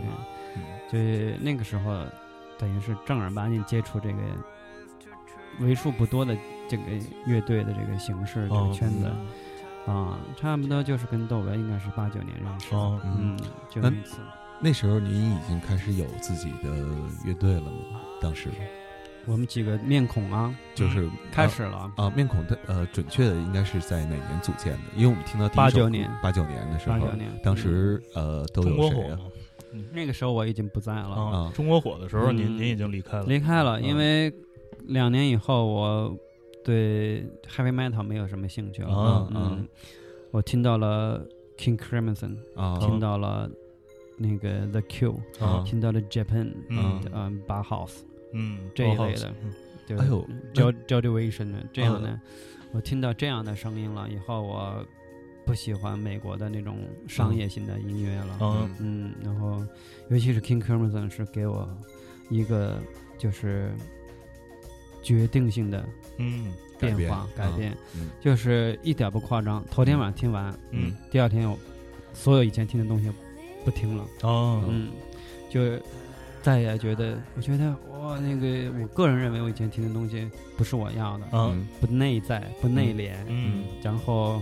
B: 嗯
D: 就是那个时候，等于是正儿八经接触这个为数不多的这个乐队的这个形式、这
C: 哦
D: 个圈子
B: 嗯
D: 啊、差不多就是跟窦唯应该是八九年认识的，
C: 哦
D: 嗯，就
B: 那
D: 那一次。
B: 啊那时候您已经开始有自己的乐队了吗？当时
D: 我们几个面孔啊，
B: 就是
D: 嗯开始了，
B: 啊，面孔的呃，准确的应该是在哪年组建的？因为我们听到第一
D: 89
B: 首歌
D: 年
B: 八九年的时
D: 八
B: 候
D: 九，年，嗯
B: 当时呃都
C: 嗯中国
B: 有
C: 火
B: 谁啊？
C: 嘛
D: 那个时候我已经不在了，
C: 啊
B: 啊，
C: 中国火的时候，您
D: 嗯
C: 您已经离开了，
D: 离开了，因
C: 嗯
D: 为两年以后我对 heavy metal 没有什么兴趣了，
C: 啊
D: 嗯，我听到了 King Crimson，
B: 啊
D: 听到了那个 The Q，
B: 啊
D: 听到了 Japan，
C: 嗯
D: 嗯，Bar House
C: 嗯，
D: 这一
C: 哦
D: 类的，
C: 嗯
D: 就
B: 哎呦
D: j o j o d i v i s i o n 这样的，我听到这样的声音了以后，我不喜欢美国的那种商业性的音乐了。
C: 嗯
D: 嗯，然后尤其是 King Crimson 是给我一个就是决定性的
C: 嗯
D: 变
B: 改变
D: 化改
B: 啊
D: 变，
B: 嗯
D: 就是一点不夸张。头天晚上听完，
C: 嗯
D: 第二天我所有以前听的东西不听了，
C: 哦
D: 嗯，就再也觉得，我觉得哇，那个我个人认为我以前听的东西不是我要的，
C: 啊
B: 嗯
D: 不内在，不内敛，
C: 嗯
D: 然后。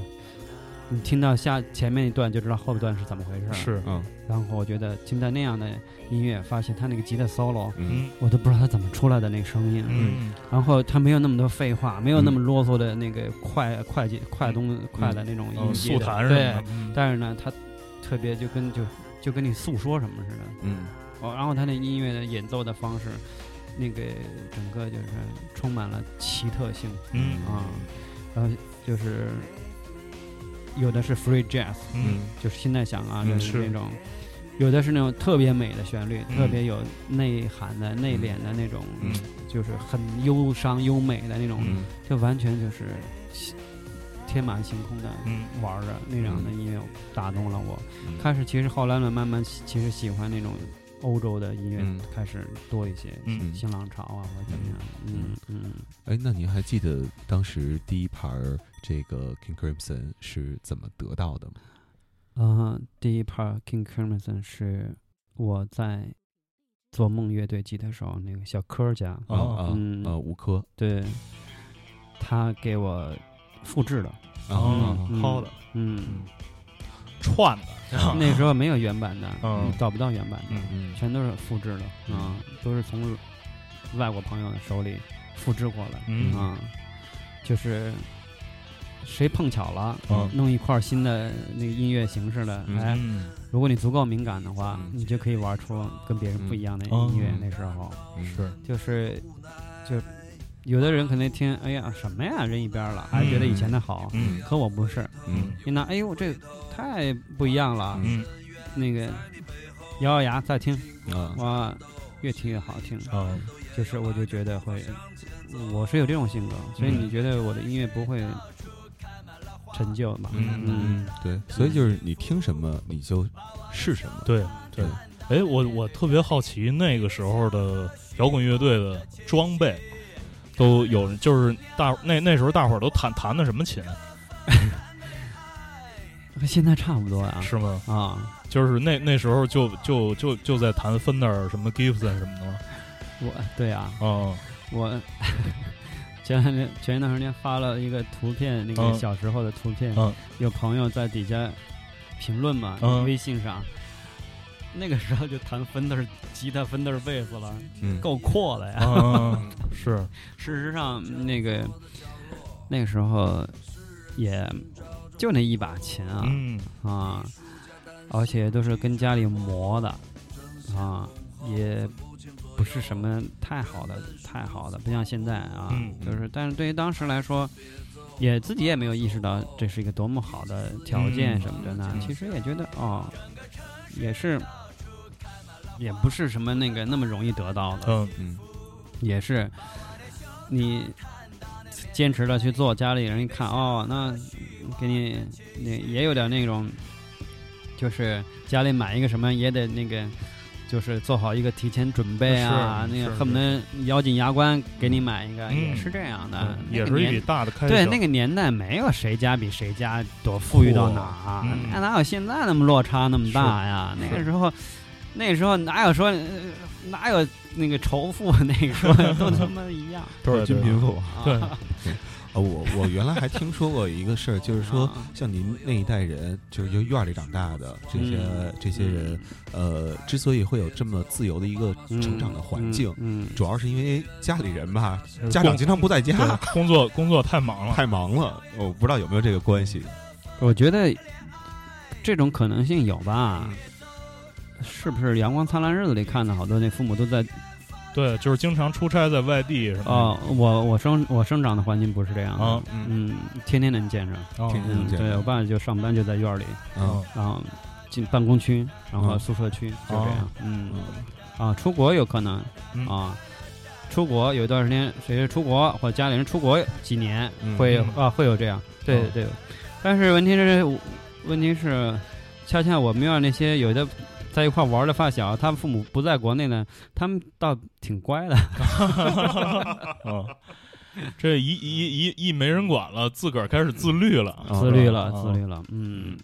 D: 你听到下前面一段就知道后段是怎么回事了，
C: 是
B: 嗯
D: 然后我觉得听到那样的音乐，发现他那个吉他 solo，
B: 嗯
C: 嗯
D: 我都不知道他怎么出来的那个声音。啊
C: 嗯
D: 然后他没有那么多废话，没有那么啰嗦的那个快、快节快东快的那种音
C: 哦
D: 节
C: 速
D: 的
C: 弹什么
D: 嗯对
C: 的，，嗯
D: 但是呢，他特别就跟就就跟你诉说什么似的。
B: 嗯
D: 哦，然后他的音乐的演奏的方式，那个整个就是充满了奇特性
C: 嗯
D: 啊，然后就是有的是 free jazz，
C: 嗯
D: 就是现在想啊，
B: 嗯
D: 就是
C: 是
D: 那种，有的是那种特别美的旋律，
C: 嗯
D: 特别有内涵的、内敛的那种，
B: 嗯
D: 就是很忧伤、优美的那种，
C: 嗯
D: 就完全就是天马行空的
C: 嗯
D: 玩着那样的音乐，打动了我。
B: 嗯
D: 开始其实后来呢，慢慢喜其实喜欢那种欧洲的音乐
B: 嗯
D: 开始多一些，
C: 嗯
D: 新浪潮啊或者怎么样，嗯嗯，
B: 哎，那您还记得当时第一盘儿这个 King Crimson 是怎么得到的吗？
D: 啊，第一 part King Crimson 是我在做梦乐队吉他手那个小柯家，
B: 啊
C: 哦
B: 啊
D: 嗯
B: 啊，吴科
D: 对，他给我复制的，
B: 啊
C: 哦
B: 啊
D: 嗯
C: 薅的
D: 嗯，
C: 串的，
D: 那时候没有原版的，
C: 嗯
D: 找不到原版的，
C: 嗯
B: 嗯
D: 全都是复制的，啊，都是从外国朋友的手里复制过来，
C: 嗯
D: 啊，就是谁碰巧了，
C: 嗯
D: 弄一块新的那个音乐形式了，
B: 嗯
D: 哎，
C: 嗯
D: 如果你足够敏感的话，
B: 嗯
D: 你就可以玩出跟别人不一样的
C: 嗯
D: 音乐
B: 嗯。
D: 那时候
C: 是
D: 就是，就有的人可能听，哎呀什么呀，扔一边儿了，还
C: 嗯
D: 觉得以前的好。
C: 嗯
D: 可我不是，
B: 嗯
D: 一拿，哎呦这太不一样了。
C: 嗯
D: 那个咬咬牙再听，
C: 嗯
B: 啊
D: 哇，越听越好听。
C: 啊
D: 就是我就觉得会，我是有这种性格，所以
C: 嗯
D: 你觉得我的音乐不会陈旧嘛？
C: 嗯
D: 嗯
B: 嗯，对，所以就是你听什么你就是什么，
C: 对对
B: 对，
C: 哎，我我特别好奇那个时候的摇滚乐队的装备都有，就是大那那时候大伙儿都弹弹的什么琴啊
D: 和嗯现在差不多啊
C: 是吗？
D: 啊！
C: 就是那那时候就就就就在弹 Fender 什么 Gibson 什么的吗？
D: 我对啊，
C: 哦
D: 我前两天前一段时间发了一个图片，那个
C: 嗯
D: 小时候的图片，
C: 嗯
D: 有朋友在底下评论嘛，
C: 嗯
D: 微信上。那个时候就弹芬德吉他、芬德贝斯了，
B: 嗯，
D: 够阔了呀！
C: 嗯，是
D: 事实上，那个那个时候也就那一把琴啊、
C: 嗯
D: 啊，而且都是跟家里磨的啊，也不是什么太好的太好的，不像现在啊，
C: 嗯
D: 就是但是对于当时来说。也自己也没有意识到这是一个多么好的条件
C: 嗯
D: 什么的呢，
C: 嗯
D: 其实也觉得哦，也是，也不是什么那个那么容易得到的，
C: 嗯
B: 嗯
D: 也是你坚持的去做，家里人一看哦，那给你那也有点那种，就是家里买一个什么也得那个。就是做好一个提前准备啊，
C: 是
D: 那个
C: 是
D: 恨不得咬紧牙关给你买一个，
C: 嗯
D: 也是这样的。啊那
C: 也
D: 个
C: 是一
D: 年
C: 笔大的开销。
D: 对那个年代，没有谁家比谁家多富裕到哪儿啊，
C: 嗯
D: 那哪有现在那么落差那么大呀？那个时候，那个时候哪有说呃哪有那个仇富？ <laughs> 那个时候都他妈一样。
B: 都是
C: 对
B: 军
C: 对
B: 贫富。啊，
C: 对，
B: 我我原来还听说过一个事儿，就是
C: <laughs>
B: 说
D: 啊
B: 像您那一代人，就是就院里长大的这些
D: 嗯
B: 这些人，呃，之所以会有这么自由的一个成长的环境，
D: 嗯，
B: 主要是因为家里人吧，家长经常不在家，
C: 对工作工作太忙了。
B: 太忙了，我不知道有没有这个关系。
D: 嗯我觉得这种可能性有吧？
B: 嗯
D: 是不是《阳光灿烂日子》里看的好多那父母都在
C: 对，就是经常出差在外地什么
D: 哦，我我生我生长的环境不是这样
C: 的。
D: 的，
C: 啊，
B: 嗯
D: 嗯，天天能见着，
C: 哦
B: 天天
D: 嗯，
B: 能见着
D: 对我爸就上班就在院儿里，
B: 嗯
D: 然后进办公区，然后
B: 嗯
D: 宿舍区，就这样
C: 哦。
D: 嗯，啊，出国有可能
C: 嗯
D: 啊，出国有一段时间，谁是出国或者家里人出国几年
B: 嗯，
D: 会
C: 嗯
D: 啊会有这样，对
C: 哦
D: 对。但是问题是，问题是，恰恰我们院那些有的。在一块玩的发小，他们父母不在国内呢，他们倒挺乖的。
C: 嗯，这一一一一没人管了，自个儿开始自律了，
B: 哦
D: 自律了，
C: 哦
D: 自律了，嗯，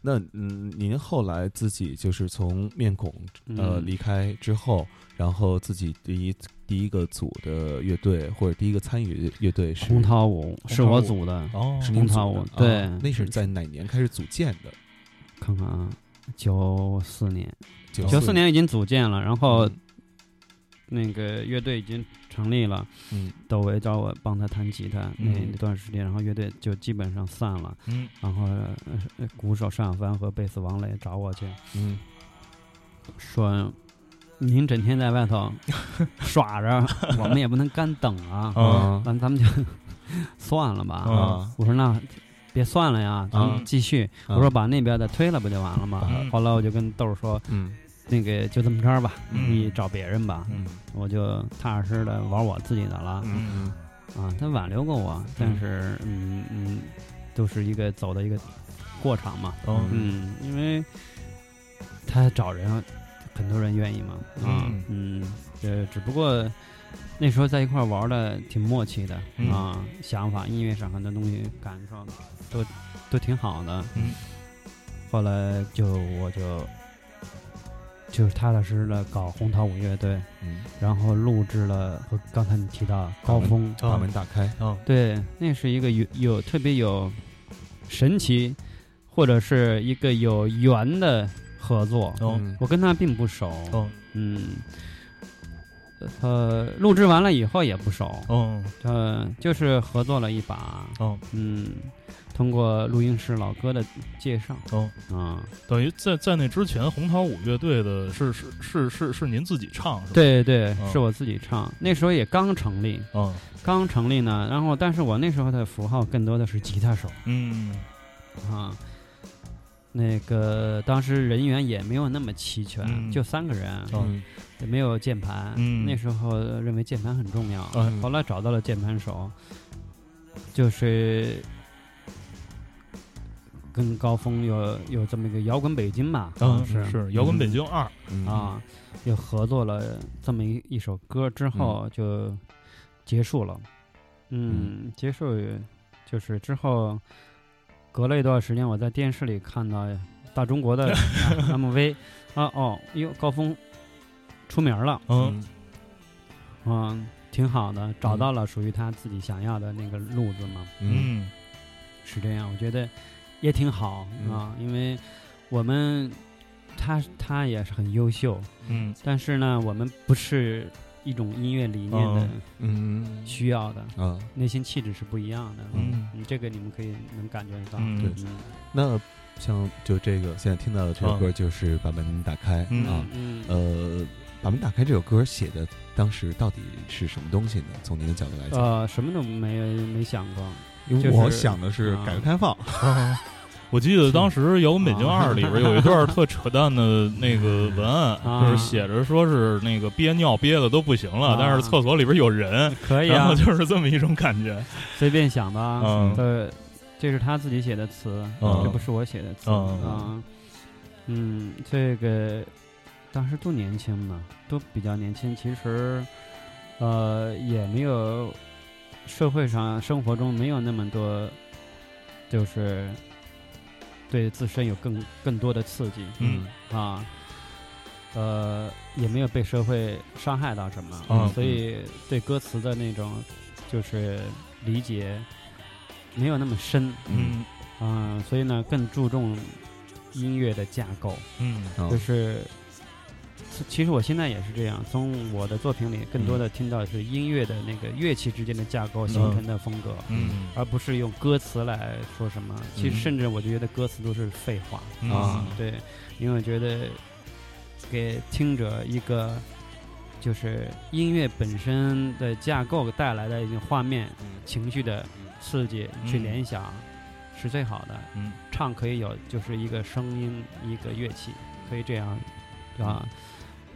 B: 那嗯，您后来自己就是从面孔呃
D: 嗯
B: 离开之后，然后自己第一第一个组的乐队或者第一个参与乐队是
D: 红桃五是
C: 红桃五
D: 我组的，
C: 哦，
B: 是您
D: 红桃
B: 组的
D: 五
B: 啊
D: 对
B: 那是在哪年开始组建的？
D: 看看啊，九四年，
B: 九
D: 九四，年已经组建了，然后
B: 嗯
D: 那个乐队已经成立了，
B: 嗯
D: 窦唯找我帮他弹吉他那
C: 嗯
D: 那段时间，然后乐队就基本上散了，
C: 嗯
D: 然后呃呃鼓手单小帆和贝斯王磊找我去
B: 嗯，
D: 说。您整天在外头 <laughs> 耍着，我们也不能干等 <laughs>
B: 嗯
D: 啊，
C: 啊
D: 咱咱们就算了吧。
B: 啊
D: 我说那别算了呀，咱
B: 啊
D: 们继续。
B: 啊
D: 我说把那边的推了不就完了吗？
C: 嗯
D: 后来我就跟豆儿说，
B: 嗯
D: 那个就这么着吧，
C: 嗯
D: 你找别人吧，
B: 嗯
D: 我就踏踏实实的玩我自己的了、
C: 嗯
D: 啊。他挽留过我，但是嗯嗯，都、是一个走的一个过场嘛，
C: 哦
D: 嗯，因为他找人，很多人愿意嘛，啊嗯，呃，只不过那时候在一块儿玩的挺默契的、
C: 嗯
D: 啊，想法、音乐上很多东西感受都都挺好的，
C: 嗯
D: 后来就我就就是踏踏实实的搞红桃五乐队，
B: 嗯，
D: 然后录制了和刚才你提到高峰，
B: 把门打开，
C: 哦
D: 对，那是一个有有特别有神奇，或者是一个有缘的合作。
C: 哦
B: 嗯
D: 我跟他并不熟，
C: 哦
D: 嗯，呃，录制完了以后也不熟，
C: 哦
D: 呃，就是合作了一把，
C: 哦
D: 嗯，通过录音室老哥的介绍
C: 哦，
D: 啊。
C: 等于在在那之前，红桃五乐队的是是是是是您自己唱是吧？，
D: 对对，
C: 嗯
D: 是我自己唱。那时候也刚成立，
C: 哦
D: 刚成立呢。然后，但是我那时候的符号更多的是吉他手
C: 嗯
D: 啊。那个当时人员也没有那么齐全，
C: 嗯
D: 就三个人，
C: 哦
B: 嗯
D: 也没有键盘。
C: 嗯
D: 那时候认为键盘很重
C: 哎
D: 要，
B: 嗯
D: 后来找到了键盘手，就是跟高峰有有这么一个摇滚北京嘛，
C: 嗯
D: 当时
C: 是摇滚北京二，
B: 嗯
D: 啊，又合作了这么一一首歌之
B: 嗯
D: 后就结束了。嗯，结束就是之后隔了一段时间，我在电视里看到大中
B: <laughs>
D: 国的啊 MV 啊，哦，哟，高峰出名了，
C: 嗯，
D: 嗯，挺好的，找到了属于他自己想要的那个路子嘛，
B: 嗯
C: 嗯
D: 是这样，我觉得也挺好
B: 嗯
D: 啊，因为我们他他也是很优秀，
C: 嗯
D: 但是呢，我们不是一种音乐理念的
C: 嗯
B: 嗯
D: 需要的，
B: 啊，
D: 内心气质是不一样的。
C: 嗯
D: 嗯，这个你们可以能感觉得到。
C: 嗯
B: 对
D: 嗯
B: 那像就这个现在听到的这首歌就是《把门打开》
C: 嗯
B: 啊，
D: 嗯
B: 呃，《把门打开》这首歌写的当时到底是什么东西呢？从您的角度来讲，
D: 呃，什么都没没想过。
B: 因为
D: 就是
B: 我想的是改革开放，
C: 啊。我记得当时《摇滚北京二》里边有一段特扯淡的那个文 <laughs> 案，
D: 啊
C: 就是写着说是那个憋尿憋的都不行了，
D: 啊
C: 但是厕所里边有人，
D: 可
C: <laughs>
D: 以
C: 然
D: 啊
C: 后，就是这么一种感觉。
D: <laughs> 随便想吧。
C: 嗯
D: 呃，这是他自己写的词，
C: 嗯
D: 这不是我写的词
C: 嗯
D: 啊。嗯，这个当时都年轻嘛，都比较年轻。其实，呃，也没有社会上、生活中没有那么多，就是对自身有更更多的刺激。
C: 嗯
D: 啊，呃，也没有被社会伤害到什么，
C: 嗯
D: 所以对歌词的那种就是理解没有那么深，
B: 嗯
C: 嗯
D: 啊、所以呢更注重音乐的架构，
C: 嗯
B: 啊
D: 就是其其实我现在也是这样，从我的作品里更
C: 嗯
D: 多的听到的是音乐的那个乐器之间的架构形成的风格。
C: 嗯
D: 而不是用歌词来说什么，其实
B: 嗯
D: 甚至我觉得歌词都是废话。
C: 嗯
B: 啊
D: 对，因为我觉得给听者一个就是音乐本身的架构带来的一个画面、情绪的刺激去
C: 嗯
D: 联想是最好的。
C: 嗯
D: 唱可以有就是一个声音，一个乐器，可以这样啊。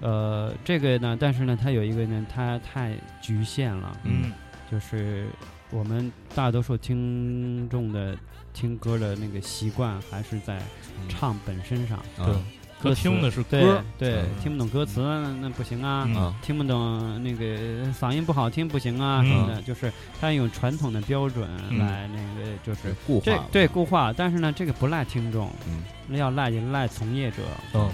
D: 呃，这个呢，但是呢，它有一个呢，它太局限了，
C: 嗯
D: 就是我们大多数听众的听歌的那个习惯还是在唱本身上，
B: 嗯啊
C: 他
D: 歌词
C: 听的是
D: 对
C: 歌，
D: 对，
B: 嗯
D: 听不懂歌词那那不行啊，
C: 嗯
B: 啊
D: 听不懂那个嗓音不好听不行啊
C: 嗯
D: 什么的，就是他用传统的标准
C: 嗯
D: 来那个就是。
B: 固化
D: 这
B: 了
D: 对固化，但是呢，这个不赖听众，
B: 嗯
D: 要赖也赖从业者
C: 嗯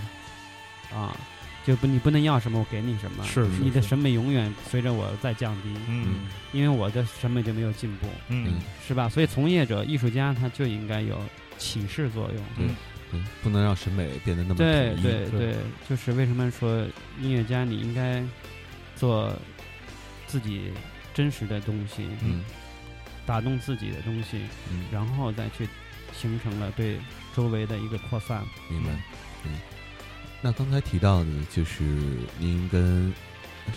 D: 啊，就不你不能要什么我给你什么，
C: 是是
D: 你的
C: 是
D: 审美永远随着我在降低，
C: 嗯
D: 因为我的审美就没有进步，
C: 嗯
D: 是吧？所以从业者、艺术家他就应该有启示作用。
B: 嗯，不能让审美变得那么
D: 对
B: 统一
D: 对
C: 对
D: 对，就是为什么说音乐家你应该做自己真实的东西，
B: 嗯
D: 打动自己的东西，
B: 嗯，
D: 然后再去形成了对周围的一个扩散。
B: 明白，嗯。那刚才提到呢，就是您跟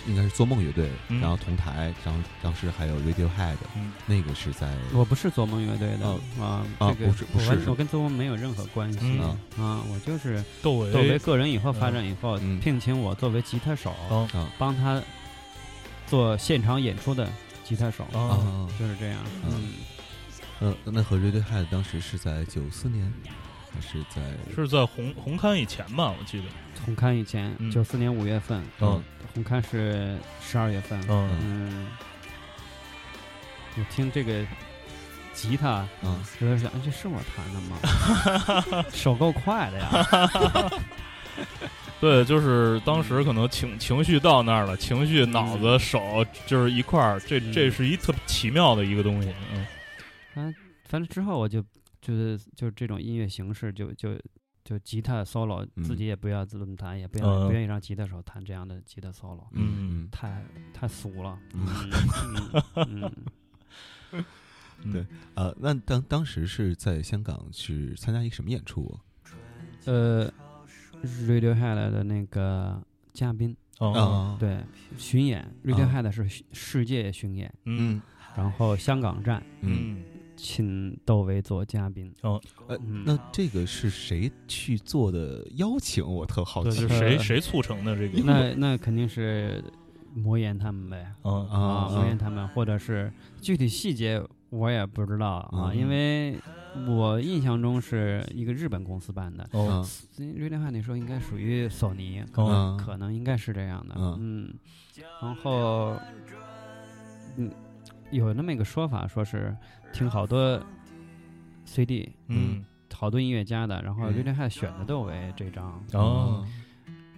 B: 应该是做梦乐队，
C: 嗯
B: 然后同台，然后当时还有 Radiohead，
C: 嗯
B: 那个是在
D: 我不是做梦乐队的
B: 哦
D: 啊，
B: 啊
D: 这个
B: 不是不是
D: 我跟
B: 是吧
D: 我跟做梦没有任何关系
C: 嗯
D: 啊，我就是
C: 窦
D: 作为
C: 唯
D: 个人以后发展以后
B: 嗯，
D: 聘请我作为吉他手，
C: 哦
B: 啊
D: 帮他做现场演出的吉他手，
B: 啊
C: 啊
B: 啊，
D: 就是这样。
B: 嗯
D: 嗯，
B: 呃，那和 Radiohead 当时是在九四年，还是在
C: 是在红红勘以前吧，我记得。
D: 红勘以前
C: 嗯
D: 九四年五月份，
B: 哦
C: 嗯
D: 红勘是十二月份。
B: 啊
C: 嗯
D: 嗯，我听这个吉他，
B: 啊
C: 嗯
D: 我就想，哎这是我弹的吗？手够快的呀！
C: 对，就是当时可能情情绪到那儿了，情绪、脑子、手就是一块儿，这
D: 嗯
C: 这是一特别奇妙的一个东西。嗯
D: 反正之后我就就是就是这种音乐形式就就。就吉他 solo，、
B: 嗯
D: 自己也不要这么弹，也不要、
C: 嗯
D: 不愿意让吉他手弹这样的吉他 solo，
B: 嗯
D: 太太俗了。
B: 嗯
D: 嗯嗯
C: 嗯
B: 对呃，那当当时是在香港是参加一个什么演出
D: 嗯，呃，Radiohead 的那个嘉宾，
C: 哦
B: 啊？啊，
D: 对，巡演，Radiohead 是世世界巡演，
C: 嗯
B: 嗯
D: 然后香港站
B: 嗯，
D: 请窦唯做嘉宾。
B: 呃，
D: 嗯
B: 那这个是谁去做的邀请？我特好
C: <laughs> 对，
B: 奇
C: 是谁谁促成的这个？
D: 那那肯定是魔岩他们呗，
C: 嗯
B: 啊
D: 魔岩他们，或者是具体细节我也不知道啊，
B: 嗯
D: 因为我印象中是一个日本公司办的。
C: 哦，
B: 嗯
D: 瑞典话那时候应该属于索尼，可
B: 嗯
D: 能可能应该是这样的。
B: 嗯
D: 嗯，然后嗯，有那么一个说法，说是听好多 CD，
C: 嗯，
D: 好多音乐家的，然后
B: 嗯
D: 瑞典汉选的都为这张。
C: 哦，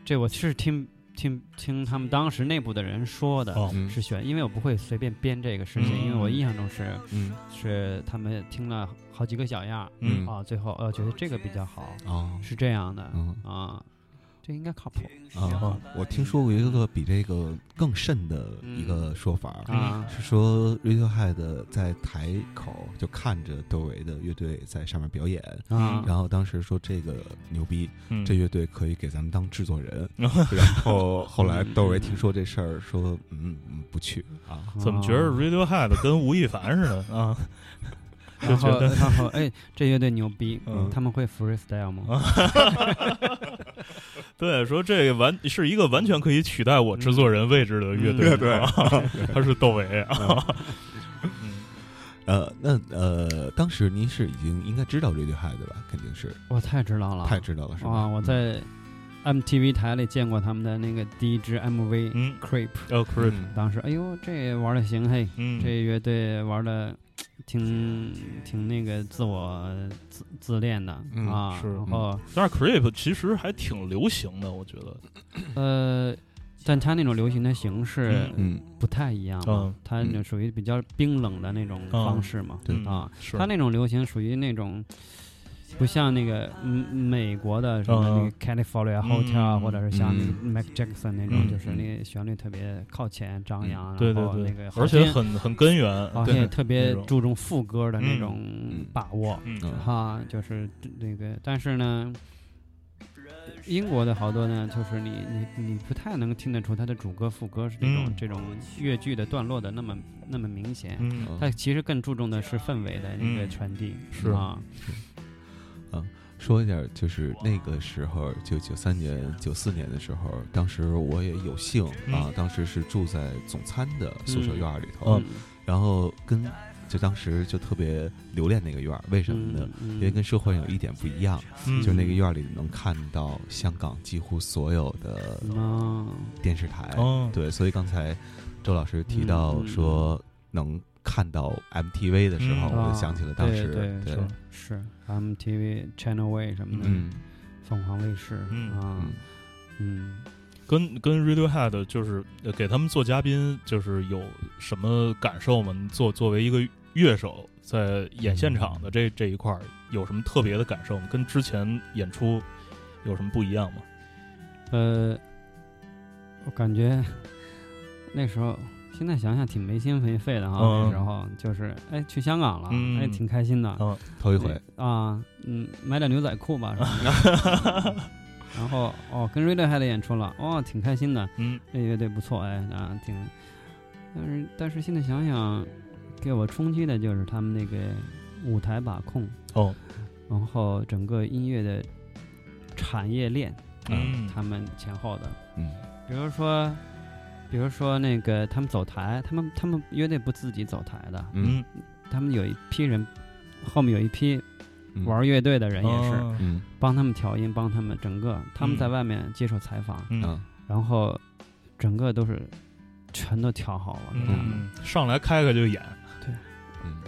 D: 这我是听听听他们当时内部的人说的。
C: 哦，
B: 嗯
D: 是选，因为我不会随便编这个事情，
C: 嗯
D: 因为我印象中是
B: 嗯
D: 是他们听了好几个小样儿
C: 嗯
D: 啊，最后呃觉得这个比较好，
B: 哦
D: 是这样的
B: 嗯
D: 啊，这应该靠谱
B: 啊！我听说过一个比这个更甚的一个说法，
D: 啊，
B: 是说 Radiohead 在台口就看着窦唯的乐队在上面表演，
D: 啊
B: 然后当时说这个牛逼，
C: 嗯
B: 这乐队可以给咱们当制作
D: <laughs>
B: 人。然后后来窦唯听说这事儿，说嗯嗯不去啊，
C: 怎么觉
D: 哦
C: 得 Radiohead 跟吴亦凡似的啊？
D: 然
C: 觉
D: 后
C: 得
D: 然后哎，这乐队牛逼
C: 嗯，
D: 他们会 freestyle 吗？
C: 对，说这个完是一个完全可以取代我制作人位置的乐
B: 嗯
C: 队，
B: 对
C: 对， <laughs> 他是窦唯啊，嗯
B: 呃那呃当时您是已经应该知道 Radiohead 的吧？肯定是
D: 我太知道了，
B: 太知道了是吧？嗯
D: 哇！啊我
C: 嗯
D: 在 MTV 台里见过他们的那个第一支 MV
C: 嗯
D: Creep，
C: 哦 c r i p
B: 嗯
D: 当时哎呦这玩的行嘿，
C: 嗯，
D: 这乐队玩的挺挺那个自我自自恋的
B: 嗯
D: 啊，
C: 是
D: 然后
C: 但是 Creep 其实还挺流行的，我觉得，
D: 呃，但他那种流行的形式
B: 嗯
D: 不太一样
C: 嗯
D: 嘛，他那属于比较冰冷的那种方式嘛
B: 对
C: 嗯
D: 啊，
C: 是
D: 他那种流行属于那种。不像那个嗯美国的什么那
C: 嗯
D: 个 California Hotel，、
C: 嗯
D: 或者是像那个
B: 嗯
D: Mac Jackson 那
C: 嗯
D: 种，就是那个旋律特别靠前张扬，
C: 对
D: 然
C: 对
D: 后
C: 对，
D: 那个好
C: 而且
D: 听
C: 很很根源，
D: 而
B: 对
D: 且特别
C: 那种
D: 注重副歌的那
C: 嗯
D: 种
B: 嗯
D: 把握，
C: 嗯
D: 哈，就是那个，但是呢，英国的好多呢，就是你你你不太能听得出它的主歌副歌是这种、
C: 嗯
D: 这种越剧的段落的那么那么明显，
C: 嗯，
B: 嗯
D: 它其实更注重的是氛围的一个
C: 嗯
D: 传递，
C: 是
D: 啊，
B: 说一下，就是那个时候，就九三年、九四年的时候，当时我也有幸
C: 嗯
B: 啊，当时是住在总参的宿舍院儿里头，
D: 嗯，
B: 然后跟就当时就特别留恋那个院儿，为什么呢？
D: 嗯？
B: 因为跟社会上有一点不一样，
C: 嗯
B: 就是那个院儿里能看到香港几乎所有的
D: 嗯啊，
B: 电视台，
C: 哦，
B: 对，所以刚才周老师提到
D: 嗯嗯
B: 说能看到 MTV 的时候，
C: 嗯
B: 我
D: 啊
B: 就想起了当时，
D: 对对是 MTV Channel Way 什么的，
B: 嗯
D: 凤凰卫视
C: 嗯
D: 啊
B: 嗯，
D: 嗯，
C: 跟跟 Radiohead 就是呃给他们做嘉宾，就是有什么感受吗？你作作为一个乐手，在演现场的这这一块儿，有什么特别的感受吗？跟之前演出有什么不一样吗？
D: 呃，我感觉那时候，现在想想挺没心没肺的哈。
C: 嗯
D: 那时候就是，哎，去香港了，
C: 嗯
D: 哎，挺开心的。
C: 啊，
B: 头一回，
D: 啊，嗯，买点牛仔裤吧。什么的然后哦，跟瑞德还得演出了，哦，挺开心的，
C: 嗯
D: 这乐队不错，哎啊，挺。但是但是现在想想，给我冲击的就是他们那个舞台把控，
C: 哦，
D: 然后整个音乐的产业链，
C: 嗯
D: 他们前后的。
B: 嗯
D: 比如说，比如说那个他们走台，他们他们乐队不自己走台的，
C: 嗯，
D: 他们有一批人，后面有一批
B: 嗯
D: 玩乐队的人也是、
C: 哦
B: 嗯
D: 帮他们调音，帮他们整个他们在
C: 嗯
D: 外面接受采访，
C: 嗯
B: 啊
D: 然后整个都是全都调好了给他们。
C: 嗯，上来开开就演，
B: 嗯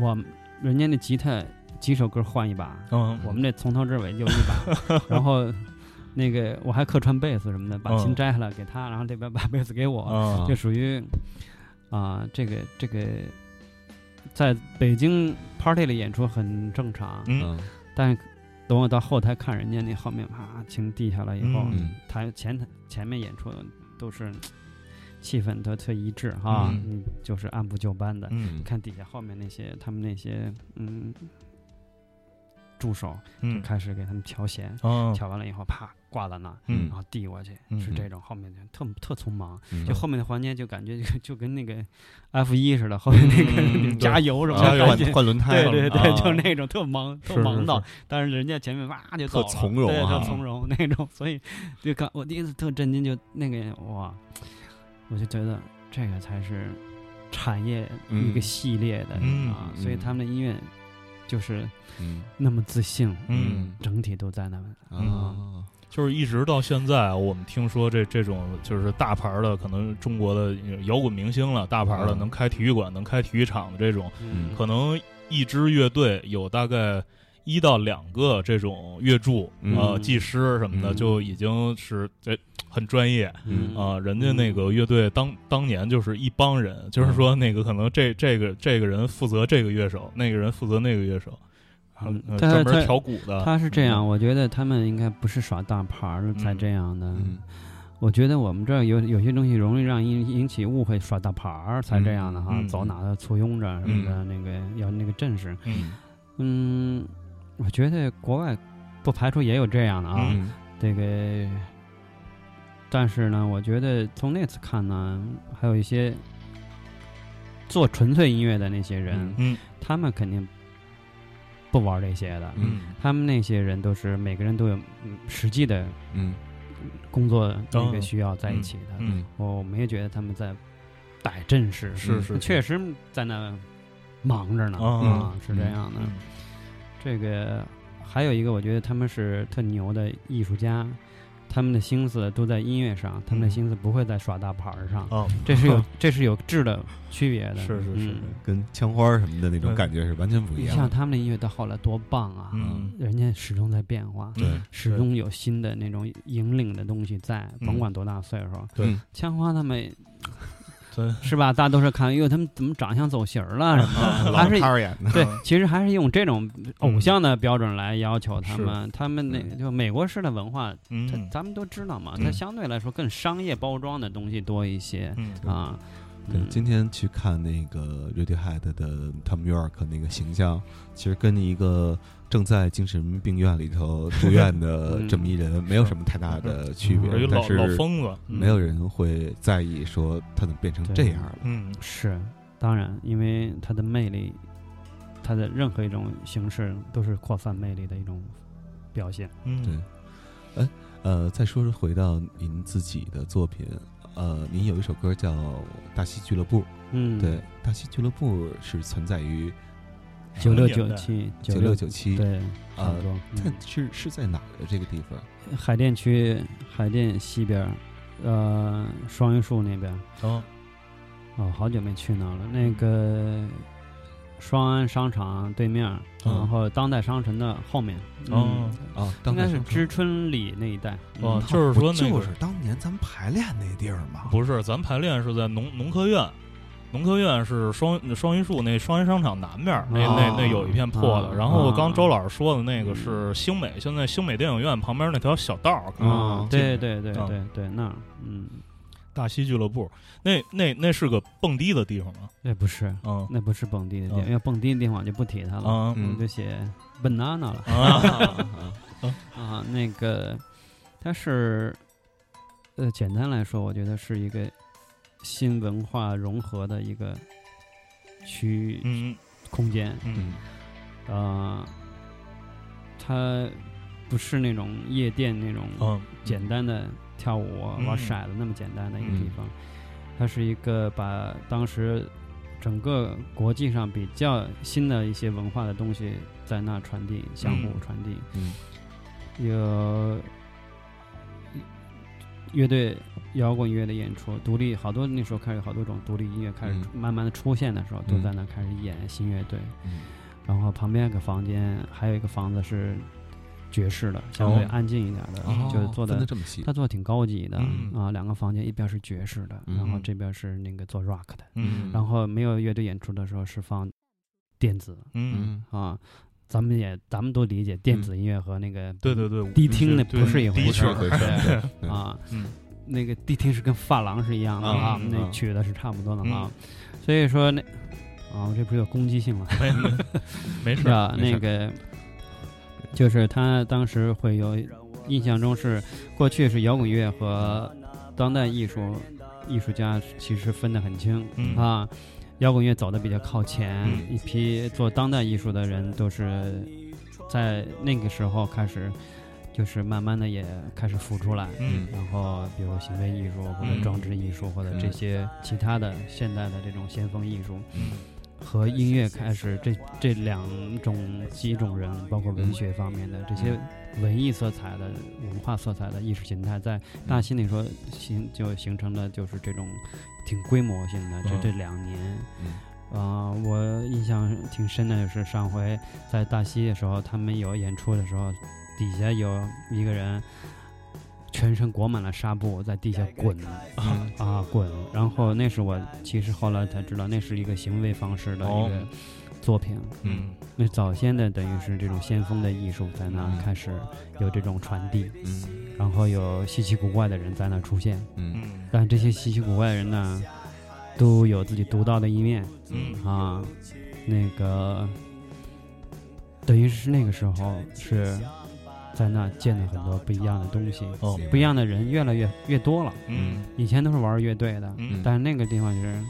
D: 我人家那吉他几首歌换一把，
C: 嗯，
D: 我们这从头至尾就一
C: <laughs>
D: 把，然后。那个我还客串贝斯什么的，把
C: 嗯
D: 琴摘下来给他，然后这边把贝斯给我，
C: 啊
D: 就属于啊、这个这个，在北京 party 里演出很正常，
C: 嗯
B: 嗯
D: 但是等我到后台看人家那后面啪琴递下来以后，
B: 嗯
D: 台前台前面演出的都是气氛都特一致哈，
C: 嗯
D: 嗯就是按部就班的。
C: 嗯
D: 看底下后面那些他们那些嗯助手
C: 嗯
D: 开始给他们调弦，
C: 啊
D: 调完了以后啪挂在那儿，
C: 嗯
D: 然后递过去，
C: 嗯
D: 是这种后面的特特匆忙。
B: 嗯
D: 就后面的环节就感觉就就跟那个 F 一似的，后面那个、 <laughs>
C: 嗯
D: 加油什么
C: 加
D: 的
C: 油
B: 换
D: 感觉。
B: 换轮胎
D: 对
B: 了，
D: 对对，
B: 啊
D: 就那种特忙特
C: 是
D: 忙
C: 是
D: 到，
C: 是
D: 但是人家前面哇就走了
B: 特从容
D: 对，
B: 啊
D: 特从容那种，所以就刚我第一次特震惊，就那个哇，我就觉得这个才是产业一
B: 嗯
D: 个系列的、
C: 嗯
D: 啊，所以
B: 嗯
D: 他们的音乐就是
B: 嗯
D: 那么自信，
C: 嗯
D: 整体都在那么。
B: 啊，
C: 就是一直到现在，我们听说这这种就是大牌儿的，可能中国的摇滚明星了，大牌儿的
B: 嗯
C: 能开体育馆、能开体育场的这种，
B: 嗯
C: 可能一支乐队有大概一到两个这种乐助、
B: 嗯
C: 呃技师什么的，
B: 嗯
C: 就已经是哎很专业
B: 嗯嗯
C: 啊、人家那个乐队当当年就是一帮人，就是说那个可能这这个这个人负责这个乐手，那个人负责那个乐手，
B: 啊
D: 嗯
C: 呃
D: 但是
C: 专
D: 他
C: 门调鼓的。嗯
D: 他是这样，我觉得他们应该不是耍大牌儿才这样的。
B: 嗯嗯
D: 我觉得我们这儿有有些东西容易让引引起误会，耍大牌儿才这样的哈，
C: 嗯嗯
D: 走哪都簇拥着什么的，那个要那个阵势。
C: 嗯
D: 嗯，我觉得国外不排除也有这样的啊，
C: 嗯
D: 这个。但是呢，我觉得从那次看呢，还有一些做纯粹音乐的那些人，
C: 嗯
D: 他们肯定不玩这些的。
B: 嗯
D: 他们那些人都是每个人都有嗯实际的
B: 嗯
D: 工作那
C: 哦
D: 个需要在一起的。
C: 嗯
D: 我没有觉得他们在摆阵
B: 嗯
D: 势，
C: 是是
D: 嗯确实在那忙着呢
C: 哦
D: 啊，是这样的。
C: 嗯
D: 这个还有一个，我觉得他们是特牛的艺术家，他们的心思都在音乐上，他们的心思不会在耍大牌儿上，
C: 哦，
D: 这
C: <laughs>
D: 是有这是有质的区别的。
C: 是是是
D: 嗯
B: 跟枪花儿什么的那种感觉是完全不一
D: 你
B: 样
D: 嗯像
B: 的。
D: 他们的音乐到后来多棒啊！
C: 嗯
D: 人家始终在变化，
B: 对，
D: 始终有新的那种引领的东西在，
C: 嗯
D: 甭管多大岁数。
C: 对
B: 嗯
D: 枪花他们
C: 对啊
D: 是吧？大家都是看，哎哟，他们怎么长相走形儿了什么的，还是
B: 老炮儿演的，
D: 对，其实还是用这种
C: 嗯
D: 偶像的标准来要求他们。他们那
B: 嗯
D: 就美国式的文化，他
C: 嗯
D: 咱们都知道嘛，
C: 嗯
D: 它相对来说更商业包装的东西多一些
C: 嗯
D: 啊。
B: 对
D: 嗯，
B: 今天去看那个 Radiohead 的 Tom York 那个形象，其实跟一个正在精神病院里头住院的
D: 嗯
B: 这么一人没有什么太大的区别
C: 有一，
B: 但
C: 老老
B: 是
C: 疯子，
D: 嗯
B: 没有人会在意说他怎么变成这样了。
C: 嗯
D: 是，当然，因为它的魅力，它的任何一种形式都是扩散魅力的一种表现。
C: 嗯
B: 对呃，再说说回到您自己的作品，呃，您有一首歌叫《大西俱乐部》，
D: 嗯，
B: 对，《大西俱乐部》是存在于
D: 九六九七
B: 九
D: 六
B: 六九七，
D: 对，差
B: 呃
D: 不，多。
B: 它
D: 嗯
B: 是是在哪儿的这个地方？
D: 海淀区海淀西边儿，呃，双榆树那边儿。
C: 哦
D: 哦，好久没去那儿了。那个双安商场对面儿，
C: 嗯
D: 然后当代商城的后面。
C: 哦
D: 嗯，
B: 啊，
D: 应
B: 当
D: 该
B: 代
D: 是
B: 商场
D: 知春里那一带。
C: 哦
D: 嗯，
C: 就是说那
B: 就
C: 个
B: 是当年咱们排练那地儿嘛。
C: 不是，咱排练是在农农科院，农科院是双双榆树那双榆商场南面儿那、
B: 哦
C: 那那有一片破
D: 啊
C: 的。然后刚
D: 啊
C: 周老师说的那个是星美，现在星美电影院旁边那条小道儿，可能
D: 啊
B: 嗯，
D: 对对对
C: 嗯
D: 对对，那儿，嗯，
C: 大西俱乐部，那那那是个蹦迪的地方吗？
D: 那不是，
C: 嗯
D: 那不是蹦迪的地方，
C: 嗯
D: 要蹦迪的地方我就不提它了，
C: 啊
B: 嗯
D: 我们就写 banana 了
C: 啊
D: <laughs> 啊。那个，它是，呃，简单来说，我觉得是一个新文化融合的一个区
C: 嗯
D: 空间，
C: 嗯
D: 啊，它不是那种夜店那种
C: 嗯
D: 简单的跳舞啊、
C: 嗯
D: 玩骰子那么简单的一个地
B: 嗯
D: 方，它是一个把当时整个国际上比较新的一些文化的东西在那传递，相互
C: 嗯
D: 传递，
B: 嗯
D: 有呃乐队。摇滚乐的演出，独立好多那时候开始有好多种独立音乐开始
B: 嗯
D: 出慢慢的出现的时候，都
B: 嗯
D: 在那开始演新乐队，
B: 嗯
D: 然后旁边有个房间，还有一个房子是爵士的，相
B: 哦
D: 对安静一点的，
B: 哦
D: 嗯就是做
B: 分
D: 的
B: 得这么细
D: 他做的挺高级的、
C: 嗯
D: 啊。两个房间，一边是爵士的，
B: 嗯
D: 然后这边是那个做 rock 的，
C: 嗯
D: 然后没有乐队演出的时候是放电子
C: 嗯，
B: 嗯
D: 啊。咱们也咱们都理解电子音乐和那个
C: 对对对，
D: 迪厅那
C: 嗯对
D: 不是一回
C: 迪
D: 事
C: 厅
D: 儿
B: 不是一回事儿
D: 对啊。
C: 嗯
D: 那个迪厅是跟发廊是一样的啊，
C: 嗯嗯
D: 那
B: 嗯
D: 曲的是差不多的啊。所以说那啊，我这不是有攻击性了。
C: 没没没事
D: 是啊
C: 儿，
D: 吧？
B: 没事
D: 那个就是他当时会有印象中是过去是摇滚乐和当代艺术艺术家其实分得很清、
C: 嗯
D: 啊。摇滚乐走的比较靠前，
B: 嗯
D: 一批做当代艺术的人都是在那个时候开始，就是慢慢的也开始浮出来。
C: 嗯
D: 然后，比如行为艺术或者
C: 嗯
D: 装置艺术或者这
B: 嗯
D: 些其他的现代的这种先锋艺术，
C: 嗯
D: 和音乐开始这这两种几种人，包括文学方面的这些文艺色彩的、文化色彩的意识形态，在大兴里说形就形成了就是这种挺规模性的，这
C: 嗯
D: 这两年。
B: 嗯
D: 啊、我印象挺深的就是上回在大溪的时候，他们有演出的时候，底下有一个人全身裹满了纱布，在地下滚啊啊滚。然后那是我其实后来才知道，那是一个行为方式的一
C: 哦
D: 个作品。
C: 嗯
D: 那早先的等于是这种先锋的艺术在那开始有这种传递，
B: 嗯
D: 然后有稀奇古怪的人在那出现，
B: 嗯
C: 嗯
D: 但这些稀奇古怪的人呢，都有自己独到的一面。
C: 嗯
D: 啊，那个等于是那个时候是在那见了很多不一样的东西，
C: 哦
D: 不一样的人越来越越多了。
C: 嗯
D: 以前都是玩乐队的，
C: 嗯
D: 但是那个地方就是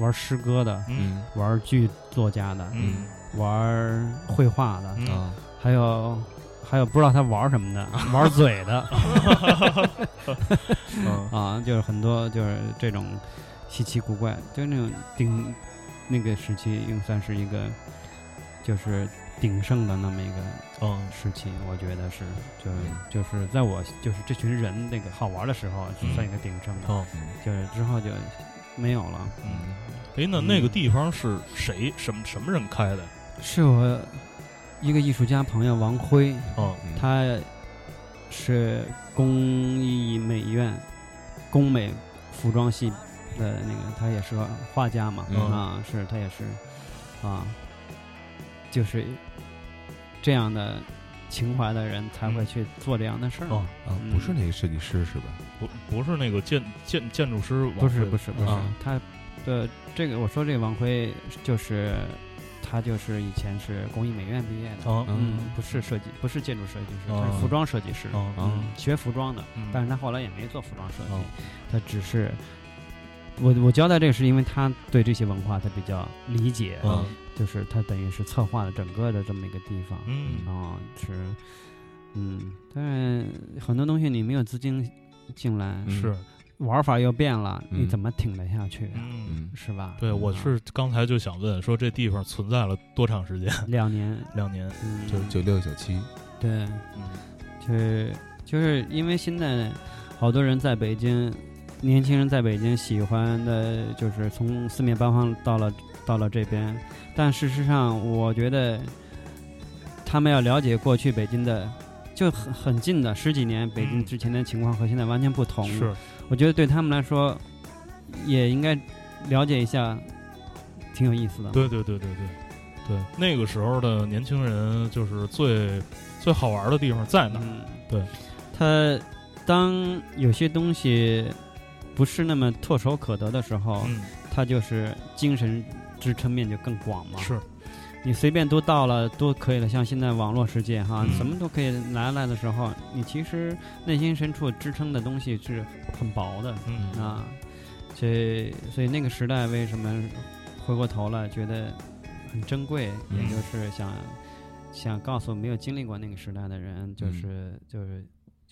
D: 玩诗歌的、
C: 嗯
D: 玩剧作家的、
C: 嗯
D: 玩绘画的，
C: 嗯
B: 啊
D: 还有还有不知道他玩什
C: <laughs>
D: 么的，玩嘴的
C: 嗯
D: 啊，就是很多就是这种稀奇古怪，就那种顶那个时期，应算是一个就是鼎盛的那么一个
C: 嗯
D: 时期，我觉得是，就
B: 嗯
D: 就是在我就是这群人那个好玩的时候，是
C: 嗯
D: 算一个鼎盛的，
C: 哦
B: 嗯
D: 就是之后就没有了。
C: 嗯，哎，那那个地方是谁什么什么人开的？
D: 是我一个艺术家朋友王辉，
C: 哦
B: 嗯
D: 他是工艺美院工美服装系的那个，他也是个画家嘛，
B: 嗯
D: 啊，是他也是啊，就是这样的情怀的人才会去做这样的事儿嘛。
C: 哦，
B: 啊，不是那个设计师是吧？
C: 不不是那个建建建筑师王
D: 不是
C: 菲
D: 不是不是
C: 啊，
D: 他的这个我说这个王辉就是他就是以前是工艺美院毕业的，
C: 哦
D: 嗯，不是设计，不是建筑设计师，
C: 哦
D: 他是服装设计师，
C: 哦
D: 嗯，学服装的
C: 嗯，
D: 但是他后来也没做服装设
C: 哦
D: 计，他只是。我我交代这个是因为他对这些文化他比较理解，啊
C: 嗯
D: 就是他等于是策划了整个的这么一个地方，
C: 嗯
D: 啊、是，嗯，但是很多东西你没有资金进来，
B: 嗯
C: 是
D: 玩法又变了，
B: 嗯
D: 你怎么挺得下去啊、
C: 嗯。
B: 嗯
D: 是吧？
C: 对，我
D: 啊
C: 是刚才就想问，说这地方存在了多长时间？
D: 两年，
C: 两年。
D: 嗯，
B: 九九六九七，
D: 对，
C: 嗯
D: 就是就是因为现在好多人在北京，年轻人在北京喜欢的就是从四面八方到了到了这边，但事实上我觉得他们要了解过去北京的。就很很近的十几年，北京
C: 嗯
D: 之前的情况和现在完全不同。
C: 是，
D: 我觉得对他们来说，也应该了解一下，挺有意思的。
C: 对对对对对对，那个时候的年轻人就是最最好玩的地方在哪儿？
D: 嗯，
C: 对。
D: 他当有些东西不是那么唾手可得的时候，
C: 嗯，
D: 他就是精神支撑面就更广嘛。
C: 是，
D: 你随便都到了都可以了，像现在网络世界哈，
C: 嗯
D: 什么都可以拿来的时候，你其实内心深处支撑的东西是很薄的
C: 嗯
D: 啊。这所以那个时代为什么回过头了觉得很珍贵，
C: 嗯
D: 也就是想想告诉没有经历过那个时代的人，就是、就是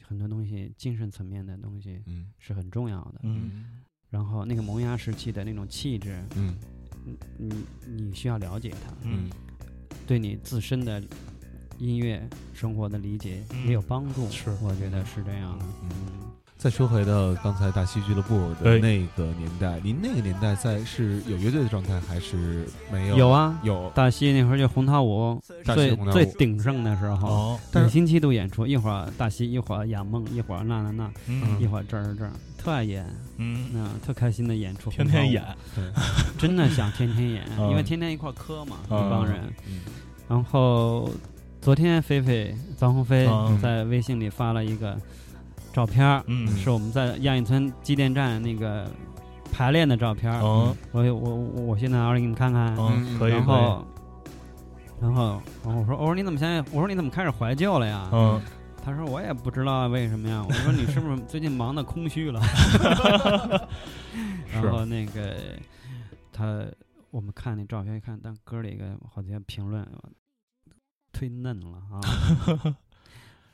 D: 很多东西精神层面的东西
B: 嗯
D: 是很重要的。
C: 嗯
B: 嗯
D: 然后那个萌芽时期的那种气质，
B: 嗯
D: 你你你需要了解它，
C: 嗯
D: 对你自身的音乐生活的理解
C: 嗯
D: 也有帮助。
C: 是
D: 我觉得是这样的。
B: 嗯。再说回到刚才大西俱乐部的
C: 哎
B: 那个年代，您那个年代在是有乐队的状态还是没有？
D: 有啊，
B: 有
D: 大西那会儿就红桃五
B: 大西
D: 最
B: 红
D: 最
B: 亮
D: 鼎盛的时候。
C: 哦，
B: 但
D: 每
B: 是
D: 星期都演出，一会儿大西，一会儿雅梦，一会儿那那那，一
C: 嗯
D: 会儿这儿这儿，特爱演，
C: 嗯，
D: 嗯，特开心的演出，
C: 天天演， <laughs>
D: 真的想天天演，
C: 嗯
D: 因为天天一块儿磕嘛，
C: 嗯
D: 一帮人。
B: 嗯
D: 然后昨天菲菲张鸿飞
C: 嗯
D: 在微信里发了一个照片儿，
C: 嗯
D: 是我们在亚运村机电站那个排练的照片儿。
C: 哦
D: 我有我我我现在拿出来给你们看看。
C: 哦
B: 嗯，
C: 可以可
D: 然
C: 以，
D: 后，然后，然后我说，我说你怎么现在，我说你怎么开始怀旧了呀？
C: 嗯
D: 他说我也不知道啊为什么呀。我说你
B: <laughs>
D: 是不是最近忙的空虚了？然后那个他，我们看那照片一看，但哥儿里一个好像评论忒嫩了
B: <laughs>
D: 啊，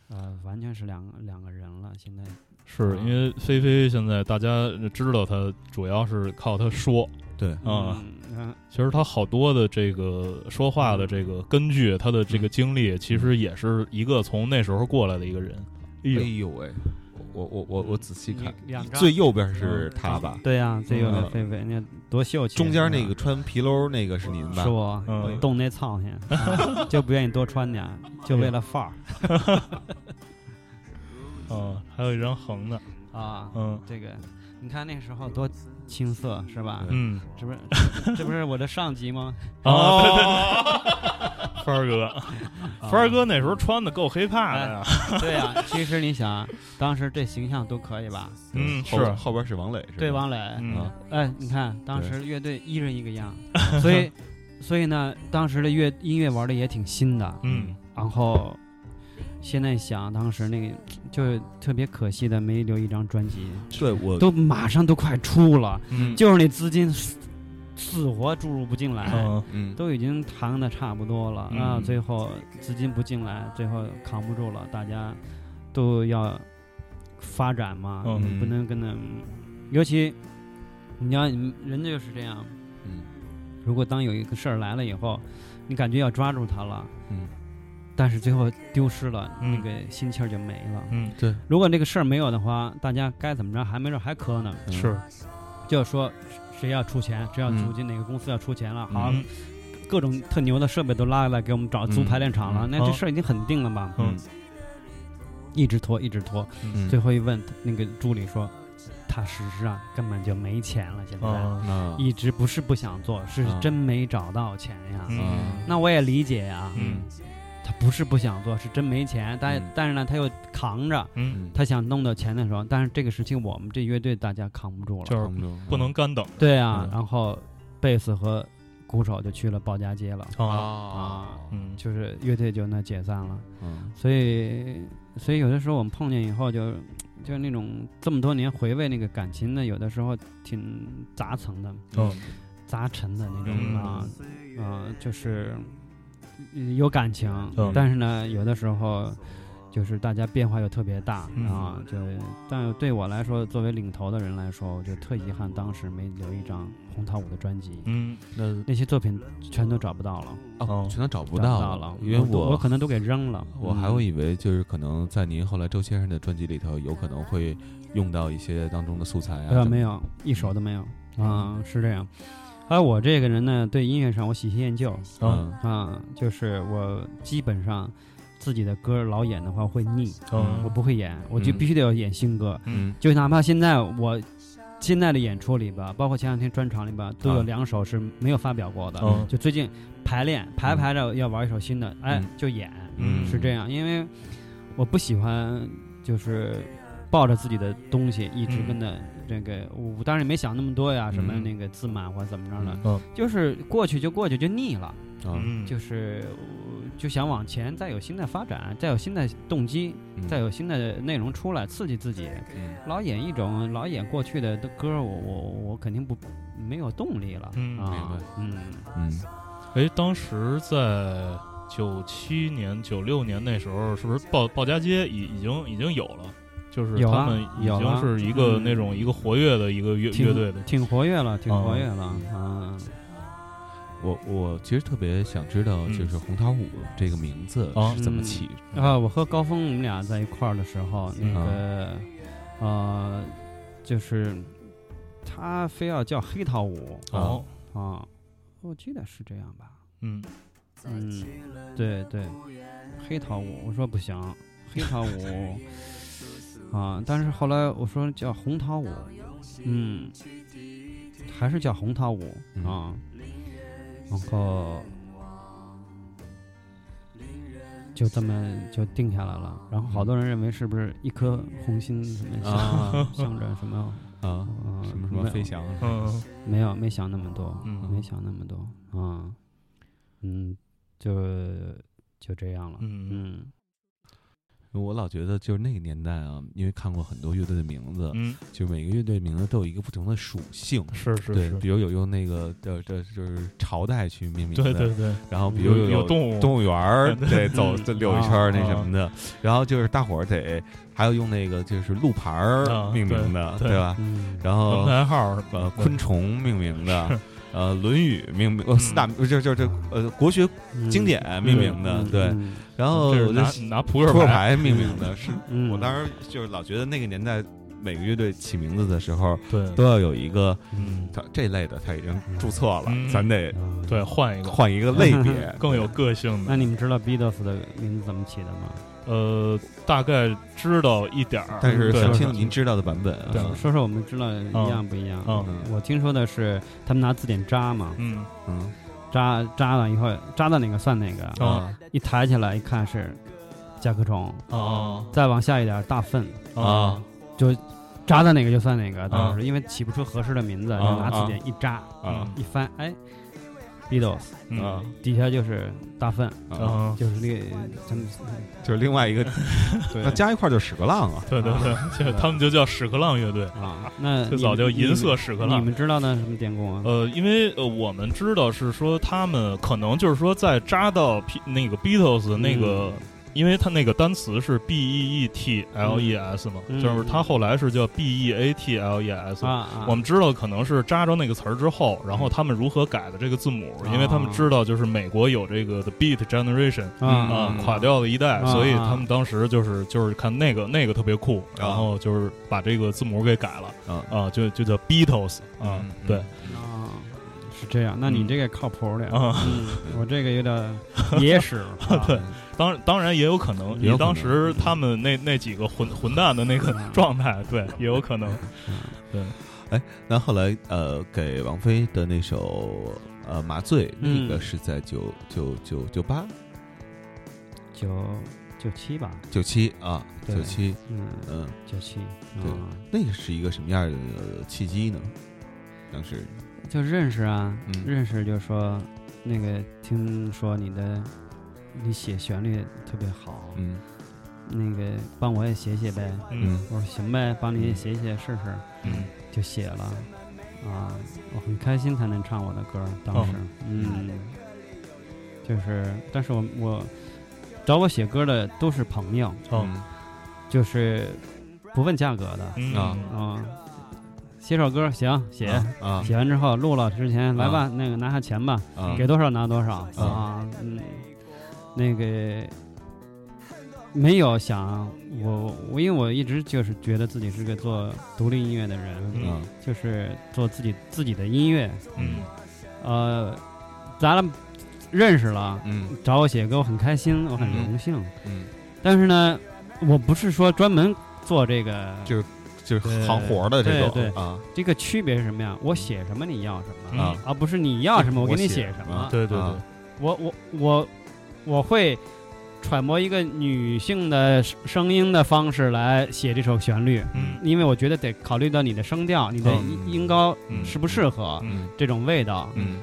D: 呃，完全是两个两个人了。现在
C: 啊是因为菲菲现在大家知道她主要是靠她说，
B: 对，
C: 啊。
D: 嗯，
C: 其实他好多的这个说话的这个根据，他的这个经历，其实也是一个从那时候过来的一个人。哎
B: 哎呦喂，我我我我仔细看，
D: 两张
B: 最右边是他吧？
D: 嗯对呀，最右的
B: 嗯
D: 狒狒，那多秀气！啊
B: 中间那个穿皮褛那个是您吧
D: 是？我
C: 嗯
D: 冻那苍
B: <laughs>
D: 蝇，啊就不愿意多穿点儿，就为了范儿
C: <laughs> 嗯，还有一张横的，
D: 啊。
C: 嗯
D: 这个你看那时候多青涩是吧？
C: 嗯，
D: 这不是这不是 <laughs> 我的上级吗？
C: 啊，对对 <laughs> 对，帆儿哥，
D: 啊
C: <laughs> 帆儿哥那时候穿的够黑怕的呀，
D: 哎对呀、其实你想，啊当时这形象多可以吧？
C: 嗯
B: 后
C: 是
B: 后边是王磊是吧？
D: 对王磊，
C: 嗯
B: 啊，
D: 哎，你看当时乐队一人一个
C: <laughs>
D: 样，所以所以呢，当时的乐音乐玩的也挺新的，
C: 嗯，
D: 然后现在想，当时那个就特别可惜的，没留一张专辑，
B: 对我
D: 都马上都快出了，
C: 嗯
D: 就是那资金死死活注入不进来。
C: 嗯
B: 嗯
D: 都已经谈的差不多了，
C: 嗯
D: 啊，最后资金不进来，最后扛不住了，大家都要发展嘛，
C: 嗯
D: 你不能跟他，尤其你要你人家就是这样，
B: 嗯
D: 如果当有一个事儿来了以后，你感觉要抓住他了，
B: 嗯，
D: 但是最后丢失了，
C: 嗯
D: 那个心气儿就没了。
C: 嗯，
B: 对
D: <laughs> 如果这个事儿没有的话，大家该怎么着还没准还磕呢，
B: 嗯
C: 是，
D: 就说谁要出钱，谁要
B: 嗯
D: 出去，哪个公司要出钱了，好，
C: 嗯
D: 各种特牛的设备都拉来给我们找租
B: 嗯
D: 排练场了，
B: 嗯
D: 那这事儿已经很定了嘛，
C: 嗯
D: 一直拖一直拖，
B: 嗯
D: 最后一问那个助理说，他事实上根本就没钱了，现在、
C: 嗯
B: 啊
D: 一直不是不想做，是
B: 啊
D: 真没找到钱呀。
C: 嗯
B: 啊
D: 那我也理解呀，
C: 嗯
D: 他不是不想做，是真没钱，但、
B: 嗯
D: 但是呢他又扛着，
C: 嗯，
B: 嗯，
D: 他想弄到钱的时候，但是这个事情我们这乐队大家扛不住了，
C: 就是
B: 扛住
C: 不能干等
D: 对啊，
B: 嗯
D: 然后贝斯和鼓手就去了鲍家街了，
C: 啊，
B: 啊
C: 嗯，
D: 就是乐队就那解散了。
B: 嗯
D: 所以，所以有的时候我们碰见以后就，就那种这么多年回味那个感情的，有的时候挺杂层的、
C: 嗯
D: 杂陈的那种、
C: 嗯
D: 啊，呃，就是呃有感情，
C: 嗯
D: 但是呢，有的时候。就是大家变化又特别大、
C: 嗯
D: 啊，就但对我来说，作为领头的人来说，我就特遗憾当时没留一张红桃五的专辑，
C: 嗯，
B: 那
D: 那些作品全都找不到了，
B: 哦
C: 嗯
B: 全都找不
D: 找
B: 到
D: 了，
B: 因为
D: 我都我
B: 我
D: 可能都给扔了，
B: 我还会以为就是可能在您后来周先生的专辑里头有可能会用到一些当中的素材啊
D: 呃，
B: 什么嗯
D: 没有，一首都没有啊，是这样。还有我这个人呢，对音乐上我喜新厌旧
C: 嗯
B: 嗯
D: 啊，就是我基本上自己的歌老演的话会腻，
C: 嗯
D: 我不会演，我就
B: 嗯
D: 必须得要演新歌，
C: 嗯
D: 就哪怕现在我。现在的演出里吧，包括前两天专场里吧，都
B: 啊
D: 有
B: 哦
D: 两首是没有发表过的。
C: 嗯
D: 就最近排练排排着要玩一首新的，哎
B: 嗯，
D: 就演，
B: 嗯
D: 是这样。因为我不喜欢就是抱着自己的东西一直跟着这个，我当然也没想那么多呀，什么
B: 嗯
D: 那个自满或者怎么着的，
C: 嗯
D: 就是过去就过去就腻了，
B: 啊
C: 嗯，
D: 就是我就想往前再有新的发展，再有新的动机，
B: 嗯
D: 再有新的内容出来刺激自己。
B: 嗯
D: 老演一种老演过去的歌儿，我我我肯定不没有动力了、
C: 嗯
D: 啊
B: 明白，
D: 嗯。
B: 嗯
C: 哎，当时在九七年、九六年那时候，是不是鲍鲍家街已已经已经有了？就是
D: 有
C: 他
D: 啊
C: 们已
D: 有
C: 经
D: 啊
C: 是一个
D: 嗯
C: 那种一个活跃的一个乐
D: 挺
C: 乐队的，
D: 挺活跃了，挺
C: 啊
D: 活跃了啊！
B: 我我其实特别想知道，
C: 嗯
B: 就是红桃五这个名字
C: 啊
B: 是怎么起的？
D: 啊，我和高峰我们俩在一块儿的时候，
C: 嗯
D: 那个呃，就是他非要叫黑桃五
C: 哦，
D: 啊，我记得是这样吧？
C: 嗯
D: 嗯，对对，黑桃五，我说不行，黑桃五啊，但是后来我说叫红桃五，嗯，还是叫红桃五
B: 嗯
D: 啊，然后就这么就定下来了。然后好多人认为是不是一颗红心什么象、
B: 啊
D: 象征什么？
B: 啊，
D: 呃
B: 什么什么
D: 没有
B: 飞翔？
C: 嗯
D: 没有，没想那么多，
C: 嗯
D: 没想那么多啊，嗯，就就这样了，
C: 嗯
D: 嗯，
B: 我老觉得就是那个年代啊，因为看过很多乐队的名字，
C: 嗯，
D: <laughs>
B: 就每个乐队名字都有一个不同的属性。
C: 是是
B: 对，
C: 是，
B: 比如有用那个的的就是朝代去命名的，
C: 对对对，
B: 然后比如
C: 有
B: 有
C: 有动物，
B: 动物园儿，得走
D: 嗯
B: 这溜一圈儿
C: 嗯啊
B: 那什么的，然后就是大伙儿得还有用那个就是路牌儿
C: 啊
B: 命名的，
C: 对嗯
B: 对吧？
D: 嗯，
B: 然
C: 门
B: 后
C: 牌号什么
B: 呃
C: 的，
B: 昆虫命名的， <laughs> 呃《论语》命名，呃四
C: 嗯
B: 大就就就呃国学
D: 嗯
B: 经典命名的，
D: 嗯
B: 对，
D: 嗯
B: 然后
C: 这
B: 我就
C: 是拿拿扑克
B: 呃扑克，牌命名的，是
D: 嗯，
B: 我当时就是老觉得那个年代每个乐队起名字的时候
C: 对
B: 都要有一个
C: 嗯，
B: 它这类的，它已经注册了，
C: 嗯
B: 咱得
D: 啊，
C: 对，换一个
B: 换一个嗯类别，
C: <laughs> 更有个性
D: 那
C: 的，
D: 你们知道 Beatles 的名字怎么起的吗？
C: 呃，大概知道一点儿，
B: 但是
C: 对
B: 想听您知道的版本啊。
C: 对
D: 呃说说我们知道一样不一样？
C: 嗯
B: 嗯
D: 我听说的是他们拿字典扎嘛，
C: 嗯
B: 嗯
D: 扎扎完以后扎到哪个算哪个，
C: 啊
D: 一抬起来一看是甲壳虫，
C: 啊
D: 再往下一点大粪，
B: 啊
D: 扎到哪个就算哪
C: 啊
D: 个。当时因为起不出合适的名字，
B: 啊
D: 就拿字典一扎
B: 啊
D: 一翻，哎，Beatles
C: 嗯
B: 啊
D: 底下就是大粪，
B: 啊！
C: 啊，
D: 就是那个他们
B: 就是另
D: <laughs>
B: 外一个，那加一块儿就屎壳郎啊。
C: 对对对，就他们就叫屎壳郎乐队，
D: 啊，
C: <laughs>
D: 那
C: 最早叫
D: 你们
C: 银色屎壳
D: 你
C: 郎。
D: 们知道那什么典故吗？
C: 呃，因为呃，我们知道是说他们可能就是说在扎到 P 那个 Beatles 的那
D: 嗯
C: 个，因为他那个单词是 B E E T L E S 嘛，
D: 嗯
C: 就是他后来是叫 B E A T L E S
D: 啊。啊，
C: 我们知道可能是扎着那个词儿之后，然后他们如何改的这个字母，
D: 啊
C: 因为他们知道就是美国有这个 The Beat Generation
D: 啊
C: 啊、
D: 嗯
C: 垮掉了一代，
D: 啊
C: 所以他们当时就是就是看那个那个特别酷，然后就是把这个字母给改了
B: 啊
C: 啊，就就叫 Beatles 啊
B: 嗯，
C: 对
D: 啊，是这样，那你这个靠谱点。
C: 嗯啊。
D: 嗯，我这个有点野史，啊
C: <laughs> 对当当然也有可能，
B: 也有
C: 以
B: 可能嗯
C: 当时他们那那几个混混蛋的那个
D: 嗯
C: 状态，对，也有可能。
D: 啊
B: 那后来呃，给王菲的那首呃《麻醉》，
D: 嗯
B: 那个是在九九九九八
D: 九九七吧，
B: 九七啊，
D: 对
B: 九七，
D: 嗯，
B: 嗯，
D: 九七，
B: 对
D: 嗯，
B: 那个是一个什么样的呃契机呢？当时
D: 就认识啊，
B: 嗯
D: 认识就说那个听说你的你写旋律特别好，
B: 嗯
D: 那个帮我也写写呗，
C: 嗯
B: 嗯
D: 我说行呗，帮你也写写试试，
C: 嗯
D: 就写了，啊，我很开心才能唱我的歌，当时，嗯，就是，但是我我找我写歌的都是朋友，
C: 嗯
D: 就是不问价格的，
C: 嗯
B: 啊
D: 啊，写首歌行写，
B: 啊
D: 写完之后录了之前来吧
B: 啊，
D: 那个拿下钱吧，
B: 啊
D: 给多少拿多少啊，嗯，那个没有想我我因为我一直就是觉得自己是个做独立音乐的人，
B: 啊
D: 就是做自己自己的音乐，
C: 嗯
D: 呃，咱俩认识了，
B: 嗯
D: 找我写歌我很开心，我很
C: 嗯
D: 荣幸，
B: 嗯，
D: 但是呢，我不是说专门做这个，
B: 就就是
D: 对
B: 行活儿的这种
D: 对对
B: 啊
D: 这个区别是什么呀？我写什么你要什么，
B: 啊
C: 嗯，
D: 而、不是你要什么
B: 我
D: 我给你
B: 写
D: 写什
B: 啊
D: 么。
C: 对对
B: 啊
C: 对，
D: 我我我我会揣摩一个女性的声声音的方式来写这首旋律，
C: 嗯
D: 因为我觉得得考虑到你的声调、你的
C: 嗯
D: 音音高
C: 嗯
D: 适不适合、
B: 嗯
D: 这种味道，
B: 嗯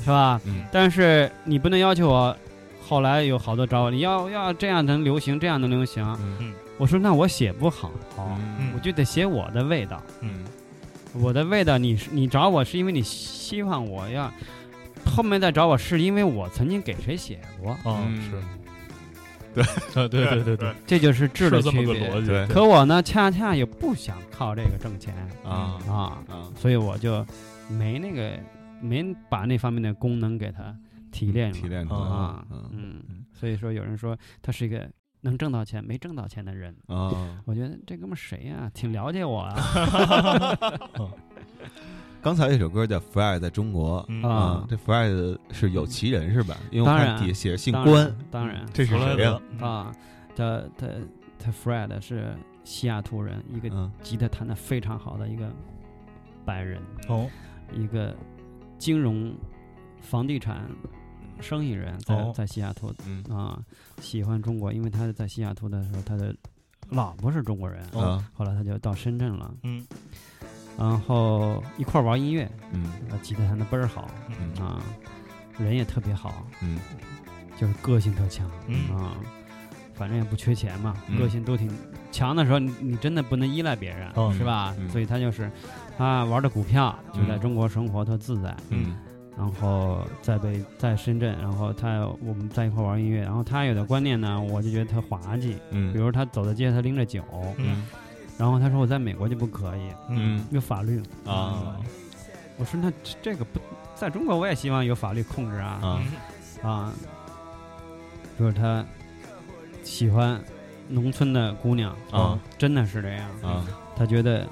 D: 是吧？
B: 嗯
D: 但是你不能要求我。后来有好多找我，你要要这样能流行，这样能流行。
B: 嗯
D: 我说那我写不好，哦我
B: 嗯
D: 就得写我的味道。
B: 嗯
D: 我的味道你，是你找我是因为你希望我要，后面再找我是因为我曾经给谁写过，
B: 嗯
C: 啊是，啊对对对对，
D: 这就是质的
C: 是这么
D: 区
C: 个
D: 别。
C: 逻辑。
B: 对
D: 可我呢，恰恰也不想靠这个挣钱
B: 啊
D: 啊，
B: 啊
D: 所以我就没那个没把那方面的功能给它提炼
C: 嗯
D: 了
B: 提炼出来
D: 啊
B: 了，嗯
D: 嗯，所以说有人说他是一个能挣到钱没挣到钱的人，
B: 啊。
D: 我觉得这哥们儿谁呀、挺了
C: <laughs>
D: 解我啊
C: 啊
B: 刚才一首歌叫《f r y 在中国》
C: 嗯
B: 啊
D: 啊，，
B: 这 f r y 是有其人是吧？因为我
D: 当
B: 看
D: 然
B: 底下写着姓
D: 当
B: 关，
D: 然当然。
B: 这是
C: 弗莱
B: 谁呀
C: 德？
D: 啊，他他他 Fred 是西雅图人，一个
B: 嗯
D: 吉他弹得非常好的一个白人，
C: 哦
D: 一个金融房地产生意人在，在、
C: 哦
D: 西雅图
B: 嗯
D: 啊，喜欢中国，因为他在西雅图的时候，他的老婆是中国人，
C: 哦
B: 啊
D: 后来他就到深圳了，
C: 嗯
D: 然后一块儿玩音乐，
B: 嗯
D: 啊，吉他弹得倍儿好
C: 嗯
D: 啊，人也特别好，
B: 嗯
D: 就是个性特强，
C: 嗯
D: 啊，反正也不缺钱嘛，
B: 嗯
D: 个性都挺强的时候，你你真的不能依赖别人，
C: 嗯
D: 是吧？
B: 嗯
D: 所以他就是他玩的股票，就在
B: 嗯
D: 中国生活特自在，
B: 嗯
D: 然后在北在深圳，然后他我们在一块玩音乐，然后他有的观念呢，我就觉得他滑稽，比
B: 嗯
D: 如他走在街他拎着酒，
C: 嗯
D: 然后他说我在美国就不可以，
C: 嗯
D: 有法律
B: 啊
D: 我说那这这个不在中国我也希望有法律控制啊
B: 啊
C: 嗯
D: 啊，就是他喜欢农村的姑娘
B: 啊，
D: 真的是这样，
B: 啊，
D: 他觉得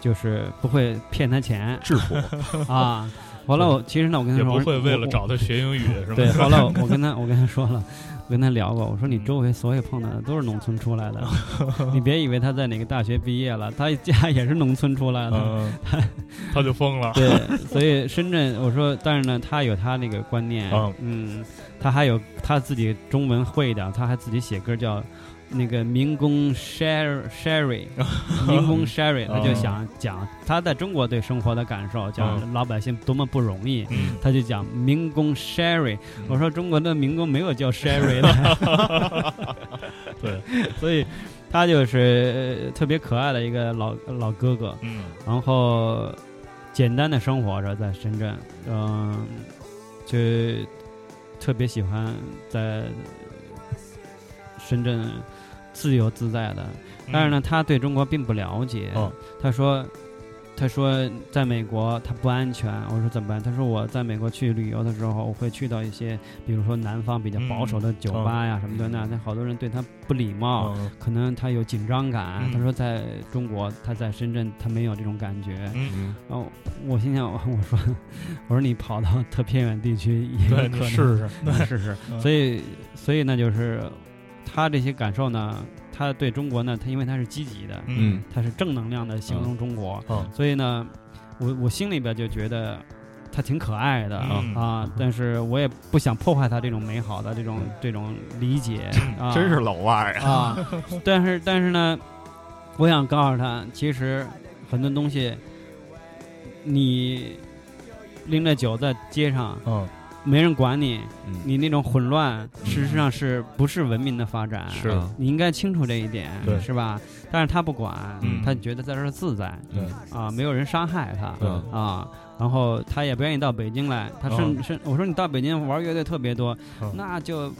D: 就是不会骗他钱
B: 质朴，
D: <laughs> 啊。完了，我其嗯实呢，我跟他
C: 也
D: 说，
C: 不会为
D: 我
C: 了
D: 我
C: 找他学英语是吧？
D: 对，后来我我跟他我跟他说了，我跟他聊过，我
C: 嗯
D: 说你周围所有碰到的都是农村出来的，你别以为他在哪个大学毕业了，他家也是农村出来的。
C: 嗯， <laughs> 他就疯 <laughs> 了。
D: 对，所以深圳，我说，但是呢，他有他那个观念
C: 嗯，
D: 嗯，他还有他自己中文会的，他还自己写歌叫那个民工 Sherry
C: <laughs>
D: Sherry，民工 Sherry，他
C: 嗯
D: 就想讲他在中国对生活的感受，讲老百姓多么不容易，
C: 嗯，
D: 他就讲民工 Sherry，我说中国的民工没有叫 Sherry 的，
C: <laughs>
D: <laughs>
C: 对，
D: 所以他就是、呃特别可爱的一个老老哥哥，
C: 嗯
D: 然后简单的生活着在深圳，嗯、就特别喜欢在深圳自由自在的，但是呢，他对中国并不了解，
C: 嗯哦
D: 他说。他说，在美国他不安全。我说怎么办？他说我在美国去旅游的时候，我会去到一些，比如说南方比较保守的酒吧呀、什么的，那那好多人对他不礼貌，
C: 嗯
D: 可能他有紧张感。
C: 嗯
D: 他说在中国，他在深圳他没有这种感觉。
C: 嗯，
B: 嗯
D: 然后我心想，我我说，我说你跑到特偏远地区也有
C: 对，
D: 可
C: 你
D: 能
C: 试试，
D: 你试试。
C: 嗯
D: <laughs> 所以，所以呢，就是他这些感受呢，他对中国呢，他因为他是积极的，
B: 嗯
C: 嗯
D: 他是正能量的形容中国，
C: 嗯
D: 所以呢，我我心里边就觉得。他挺可爱的、
C: 嗯
D: 啊，但是我也不想破坏他这种美好的这种这种理解
C: 嗯
D: 啊，
B: 真是老外啊，
D: 啊，但是但是呢，我想告诉他，其实很多东西，你拎着酒在街上，
C: 嗯，
D: 没人管你，
B: 嗯
D: 你那种混乱，事实上是不是文明的发展？
C: 是
B: 啊
D: 你应该清楚这一点，
C: 对
D: 是吧？但是他不管，
C: 嗯
D: 他觉得在这儿自在
C: 对，
D: 啊，没有人伤害他，
C: 对
D: 啊，然后他也不愿意到北京来，他甚
C: 嗯
D: 甚、我说你到北京玩乐队特别多，
C: 嗯
D: 那就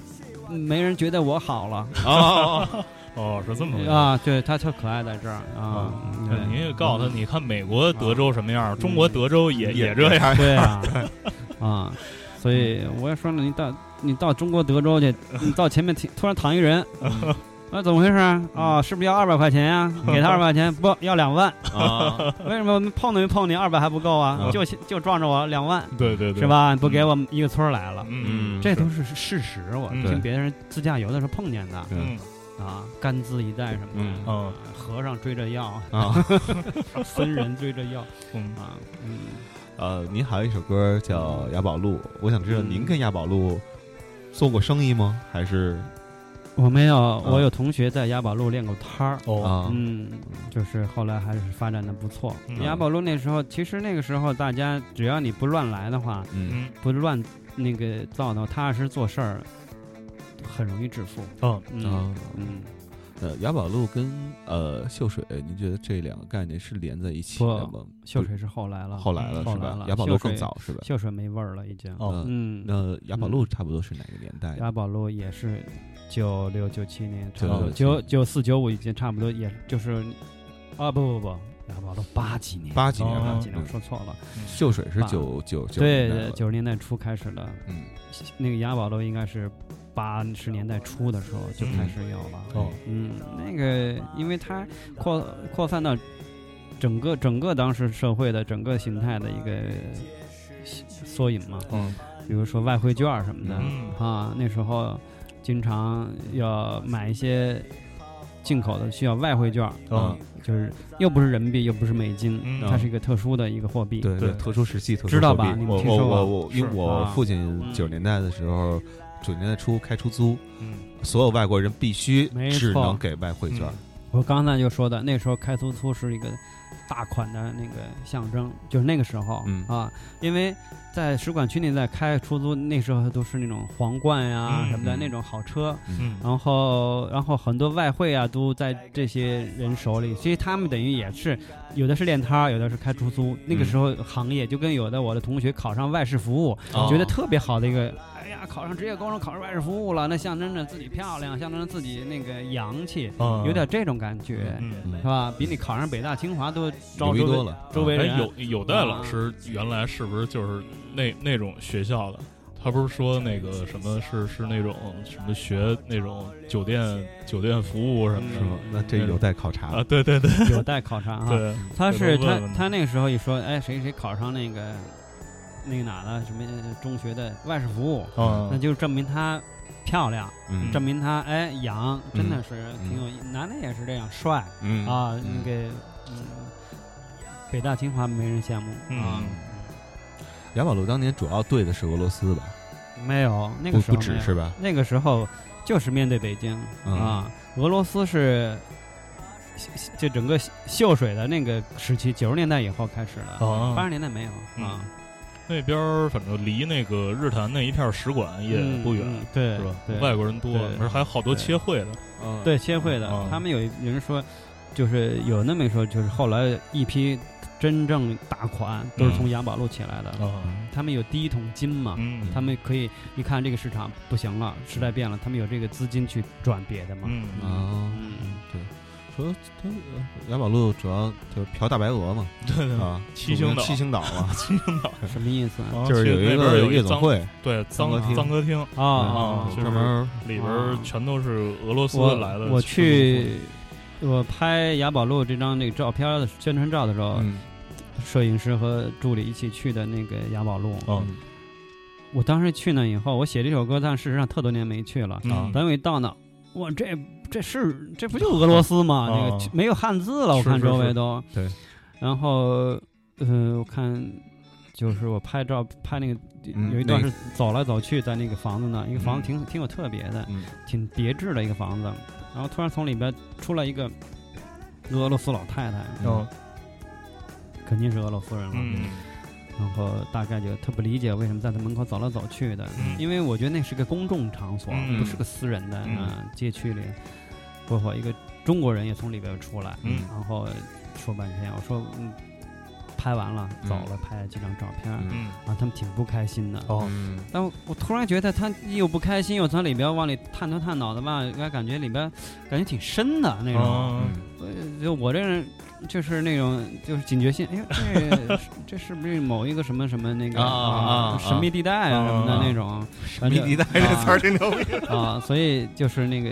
D: 没人觉得我好了。
B: 啊
C: 哦哦，是这么回事。
D: 啊，对他特可爱在这儿啊，嗯对
C: 您也告诉他，你看美国德州什么样，中国德州也也
B: 嗯也
C: 这样。
D: 对啊啊，所以我也说了，你到你到中国德州去，你到前面停突然躺一人，那、怎么回事啊？啊，是不是要二百块钱呀、给他二百块钱，不要两万，
B: 啊，
D: 为什么碰都没碰你，二百还不够啊？
B: 嗯
D: 就就撞着我两万
C: 对对对，
D: 是？吧？不给我们一个村儿来了，
C: 嗯，
D: 这都是事实。我
C: 嗯
D: 听别人自驾游的时候碰见的
B: 对
C: 嗯
D: 啊，甘孜一带什么
B: 嗯
D: 的，啊
C: 嗯
D: 和尚追着药，
B: 啊，
D: 僧人追着药
C: 嗯
D: 啊，嗯。
B: 呃，您还有一首歌叫《雅宝路》，我想知道
D: 嗯
B: 您跟雅宝路做过生意吗？还是
D: 我没有，我有同学在雅宝路练过摊儿。
C: 哦
B: 啊？
D: 嗯，就是后来还是发展的不错。
C: 嗯
D: 雅宝路那时候，其实那个时候大家只要你不乱来的话，
B: 嗯
C: 嗯
D: 不乱那个造闹，踏实做事儿，很容易致富。
C: 嗯
D: 嗯
B: 啊，
D: 嗯，
B: 呃，雅宝路跟呃秀水，您觉得这两个概念是连在一起的吗？
D: 秀水是后来了，
B: 后来了
D: 啊后
B: 是
D: 来
B: 吧
D: 了？
B: 雅宝
D: 秀
B: 路
D: 水
B: 更早是吧？
D: 秀水没味儿了已经。
C: 哦
B: 嗯，
D: 嗯，
B: 那雅宝路差不多是哪个年代的？
D: 雅宝路也是九六九七年，差不多
B: 96
D: 九九四九五已经差不多，也就是啊不不不，雅宝路八几年，
B: 八几年
C: 哦
B: 吧
D: 八几，年我
B: 嗯
D: 说错了。
B: 秀水是
D: 八
B: 九九九
D: 对
B: 年代
D: 对，
B: 了
D: 九十年代初开始的，
B: 嗯
D: 那个雅宝路应该是八十年代初的时候就开始有了。
C: 哦
D: 嗯，那个因为它扩扩散到整个整个当时社会的整个形态的一个缩影嘛，
C: 嗯
D: 比如说外汇券儿什么的、
C: 嗯
D: 啊，那时候经常要买一些进口的需要外汇券儿，
B: 嗯
D: 嗯
C: 哦
D: 就是又不是人民币又不是美金，
C: 嗯
D: 它是一个特殊的一个货币。
B: 对
C: 对
B: 特殊时期，特殊
D: 知道
B: 货币
D: 吧你们
B: 我
D: 听说
B: 我
D: 过
B: 我我，因为
C: 是
B: 我
D: 啊
B: 父亲
D: 嗯
B: 九十年代的时候，九十年代初开出租，
C: 嗯
B: 所有外国人必须
D: 没
B: 只
D: 错
B: 能给外汇券，
C: 嗯
D: 我刚才就说的，那时候开突突是一个大款的那个象征，就是那个时候、
B: 嗯
D: 啊，因为在使馆区内在开出租，那时候都是那种皇冠呀、
C: 嗯
D: 什么的、
B: 嗯
D: 那种好车，
C: 嗯
D: 然后然后很多外汇啊都在这些人手里，其实他们等于也是有的是练摊儿，有的是开出租，
B: 嗯
D: 那个时候行业就跟有的我的同学考上外事服务，
B: 哦
D: 觉得特别好的一个。哎呀，考上职业高中，考上外事服务了，那象征着自己漂亮，象征着自己那个洋气，
B: 嗯
C: 啊
D: 有点这种感觉。
C: 嗯。
D: 是吧？比你考上北大、清华都
B: 牛
D: 招
B: 逼
D: 周围
B: 多了。
D: 周围
C: 哎，
D: 人
C: 有有代老师原来是不是就是那那种学校的？他不是说那个什么是是那种什么学那种酒店酒店服务什么
B: 是
C: 的
B: 吗？那这有待考察
D: 呃
C: 啊？对对对
D: 嗯有待考察啊。
C: <laughs> 对，
D: 他是
C: 回头
D: 他
C: 问问
D: 他那个时候一说，哎，谁谁考上那个那个哪了什么呃中学的外事服务，
C: 啊
D: 那就证明她漂亮，
B: 嗯
D: 证明她哎洋，真的是
B: 嗯
D: 挺有意。男的也是这样帅
B: 嗯
D: 啊，
B: 嗯
D: 那个嗯，北大清华没人羡慕啊
C: 嗯，
B: 雅宝路当年主要对的是俄罗斯吧？
D: 没有那
B: 不
D: 个时
B: 不
D: 候
B: 止
D: 没有
B: 是吧？
D: 那个时候就是面对北京、
B: 嗯
D: 啊，俄罗斯是这整个秀水的那个时期，九十年代以后开始了，
C: 啊
D: 八十、年代没有
C: 嗯
D: 啊，
C: 那边儿反正离那个日坛那一片儿使馆也
D: 嗯
C: 不远，
D: 嗯对
C: 是吧？
D: 对
C: 外国人多，
D: 对
C: 而且还有好多切会的，
B: 嗯，
D: 对切会的，
C: 啊
D: 他们有有人说，就是有那么一说，就是后来一批真正大款都是从杨宝路起来的，
C: 啊，
D: 他们有第一桶金嘛。
C: 嗯，
D: 他们可以一看这个市场不行了，时代变了，他们有这个资金去转别的嘛。
C: 嗯
B: 哦，
D: 嗯
B: 对，说他雅宝路主要就是嫖大白鹅嘛，
C: 对对对
B: 啊，
C: 嗯七星岛，
B: 七星岛嘛
C: 七星
D: <laughs>
C: 岛，
D: 什么意思
B: <laughs>
D: 啊？
B: 就是有一
C: 那边儿
B: 个
C: 有
B: 夜
C: 脏
B: 总会，
C: 对
B: 脏歌
C: 脏
B: 厅
C: 脏歌厅
D: 啊
B: 嗯
D: 啊！
C: 哦就是
B: 专门
C: 里边儿全都是俄罗斯
D: 我
C: 来的，
D: 我去，我拍雅宝路这张那个照片的宣传照的时候，
B: 嗯
D: 摄影师和助理一起去的那个雅宝路。
C: 哦
D: 我当时去那以后，我写这首歌，但事实上特多年没去了。
C: 啊
D: 等我一到那，哇，这这是这不就俄罗斯吗？
C: 啊
D: 那个没有汉字了，我
C: 是
D: 看
C: 是
D: 周围都。
B: 是对。
D: 然后，呃，我看就是我拍照拍那个
B: 嗯
D: 有一段
B: 那
D: 是走来走去，在那个房子那，一个房子挺挺有特别的。
B: 嗯
D: 挺别致的一个房子，然后突然从里边出来一个俄罗斯老太太，
B: 嗯
C: 哦
D: 肯定是俄罗斯人了。
C: 嗯
D: 然后大概就特不理解为什么在他门口走来走去的，
C: 嗯
D: 因为我觉得那是个公众场所，
C: 嗯
D: 不是个私人的啊、
C: 嗯
D: 街区里，包括一个中国人也从里边出来，
C: 嗯
D: 然后说半天，我说嗯，拍完了
B: 嗯
D: 走了，拍了几张照片，
B: 嗯
C: 嗯
D: 啊，他们挺不开心的。
C: 哦
B: 嗯
D: 但我我突然觉得他又不开心，又从里边往里探头探脑的吧，感觉里边感觉挺深的那种。
C: 啊
B: 嗯
D: 呃就我这人就是那种就是警觉性，哎呀，这是这是不是某一个什么什么那个
B: 啊啊啊啊
D: 神秘地带啊什么
C: 啊
D: 的
C: 啊
D: 那种
B: 神秘地带这词儿真牛逼，
D: 啊？所以就是那个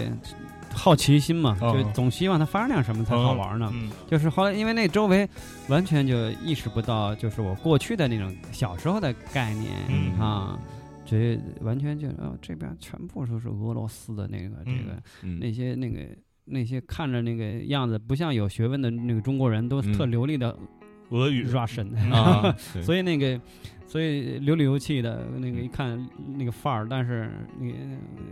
D: 好奇心嘛，
B: 嗯
C: 啊
D: 就总希望它发生点什么才好玩呢。
C: 嗯
D: 就是后来因为那周围完全就意识不到，就是我过去的那种小时候的概念。
C: 嗯
D: 啊，这完全就是哦，这边全部都是俄罗斯的那个这个、那
B: 嗯
D: 些那个那些看着那个样子不像有学问的那个中国人都
B: 嗯
D: 特流利的
C: 俄语
D: Russian，、
C: <laughs>
D: <laughs>
B: 啊，以
D: 所以那个所以流里流气的那个一看那个范儿，但是那个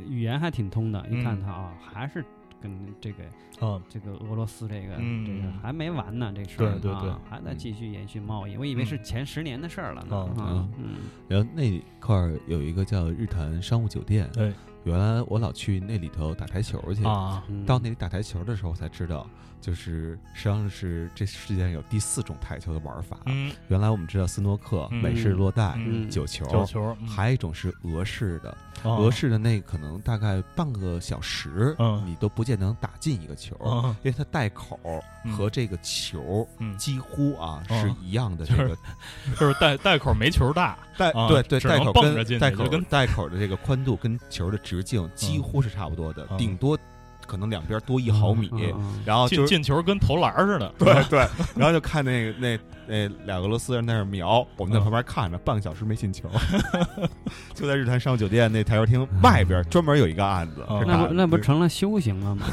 D: 语言还挺通的，一看
C: 嗯
D: 他啊、还是。跟这个
B: 嗯
C: 啊
D: 这个俄罗斯这个、
C: 嗯
D: 这个还没完呢，这事儿
C: 对对对
D: 啊，还在继续延续贸易，我以为
C: 嗯
D: 是前十年的事儿了呢。
C: 哦
D: 啊
B: 哦
D: 嗯，
B: 然后那块儿有一个叫日坛商务酒店，
C: 哎
B: 原来我老去那里头打台球去，
C: 啊
D: 嗯
B: 到那里打台球的时候我才知道，就是实际上是这世界上有第四种台球的玩法。
C: 嗯
B: 原来我们知道斯诺克、
C: 嗯
B: 美式落袋、
C: 嗯
B: 九球，
C: 九球
B: 还有一种是俄式的，
C: 啊
B: 俄式的那可能大概半个小时，
C: 嗯
B: 你都不见得能打进一个球，
C: 啊
B: 因为它带口和这个球
C: 嗯
B: 几乎啊、
C: 嗯
B: 是一样的
C: 就
B: 这
C: 是
B: 个
C: 就是带带口没球大
B: 带
C: 啊
B: 对对
C: 只
B: 带
C: 能
B: 口
C: 蹦着
B: 跟
C: 进去
B: 带
C: 就
B: 口
C: 跟
B: 带口的这个宽度跟球的直径几乎是差不多的，
C: 嗯
B: 顶多可能两边多一毫米，
D: 嗯嗯
B: 然后哦
C: 进
B: 就是
C: 进球跟投篮儿似的
B: 对对，然后就看那个那那俩俄罗斯人在那儿瞄，我们
C: 嗯
B: 在旁边看着，半个小时没进球， <laughs> 就在日坛商务酒店那台球厅外边专门有一个案子
C: 嗯，
B: 是
D: 那
B: 吧
D: 不那不成了修行了吗？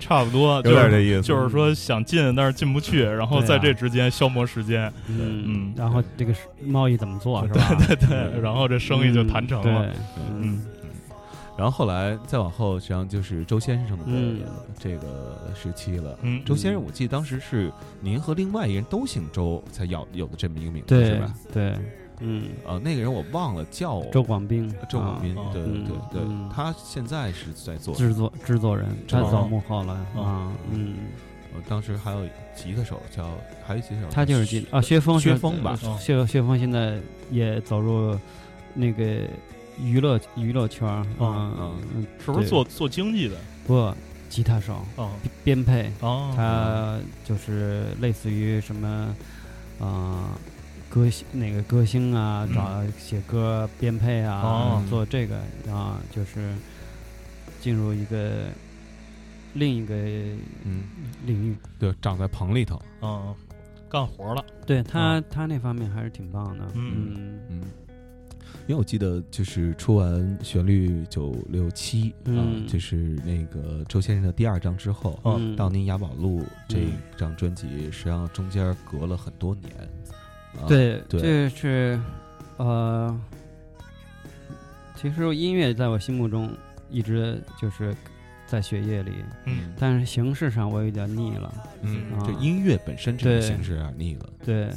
C: 差不多
B: 有点这意思，嗯啊
C: 就是说想进但是进不去然后在这之间消磨时间嗯
D: 嗯，然后这个是贸易怎么做是吧？
C: <laughs> 对然后这生意就谈成了
D: 对，
C: 嗯
D: 嗯，
B: 然然后后来再往后，实际上就是周先生
D: 嗯
B: 的这个时期了。
C: 嗯
B: 周先生，我记得当时是您和另外一个人都姓周，才有有的这么一个名字，是
D: 对
B: 吧？
D: 对，嗯，
B: 呃，那个人我忘了叫
D: 周广斌，
B: 周广斌
C: 啊，
B: 对
D: 嗯
B: 对对
D: 嗯，
B: 他现在是在做
D: 啊，制作制作人，他
B: 周广
D: 走幕后了
C: 哦
D: 啊，嗯，
B: 呃当时还有吉他手叫，还有吉他手，
D: 他就是进啊，薛峰是呃
B: 薛峰吧
C: 哦
D: 薛薛峰现在也走入那个娱乐娱乐圈儿啊
B: 哦，
D: 嗯
C: 是不是
D: 对
C: 做做经济的？
D: 不吉他手
C: 哦
D: 编配，
B: 嗯
C: 哦，
D: 他就是类似于什么啊、歌星那个歌星啊，
C: 嗯
D: 找写歌编配啊，
C: 哦
D: 做这个啊，就是进入一个另一个
B: 嗯，
D: 领域。
B: 对，长在棚里头，
C: 嗯，干活了，
D: 对他，他那方面还是挺棒的。
C: 嗯
D: 嗯
B: 嗯，因为我记得就是出完旋律九六七啊
D: 嗯，
B: 就是那个周先生的第二张之后，
C: 哦
D: 嗯
B: 到您雅宝路这
D: 嗯
B: 张专辑，实际上中间隔了很多年。啊，
D: 对，
B: 对
D: 这是呃，其实音乐在我心目中一直就是在血液里，
C: 嗯
D: 但是形式上我有点腻了。
B: 嗯，
D: 啊
B: 就音乐本身这个
D: 对
B: 形式有点腻了。
D: 对，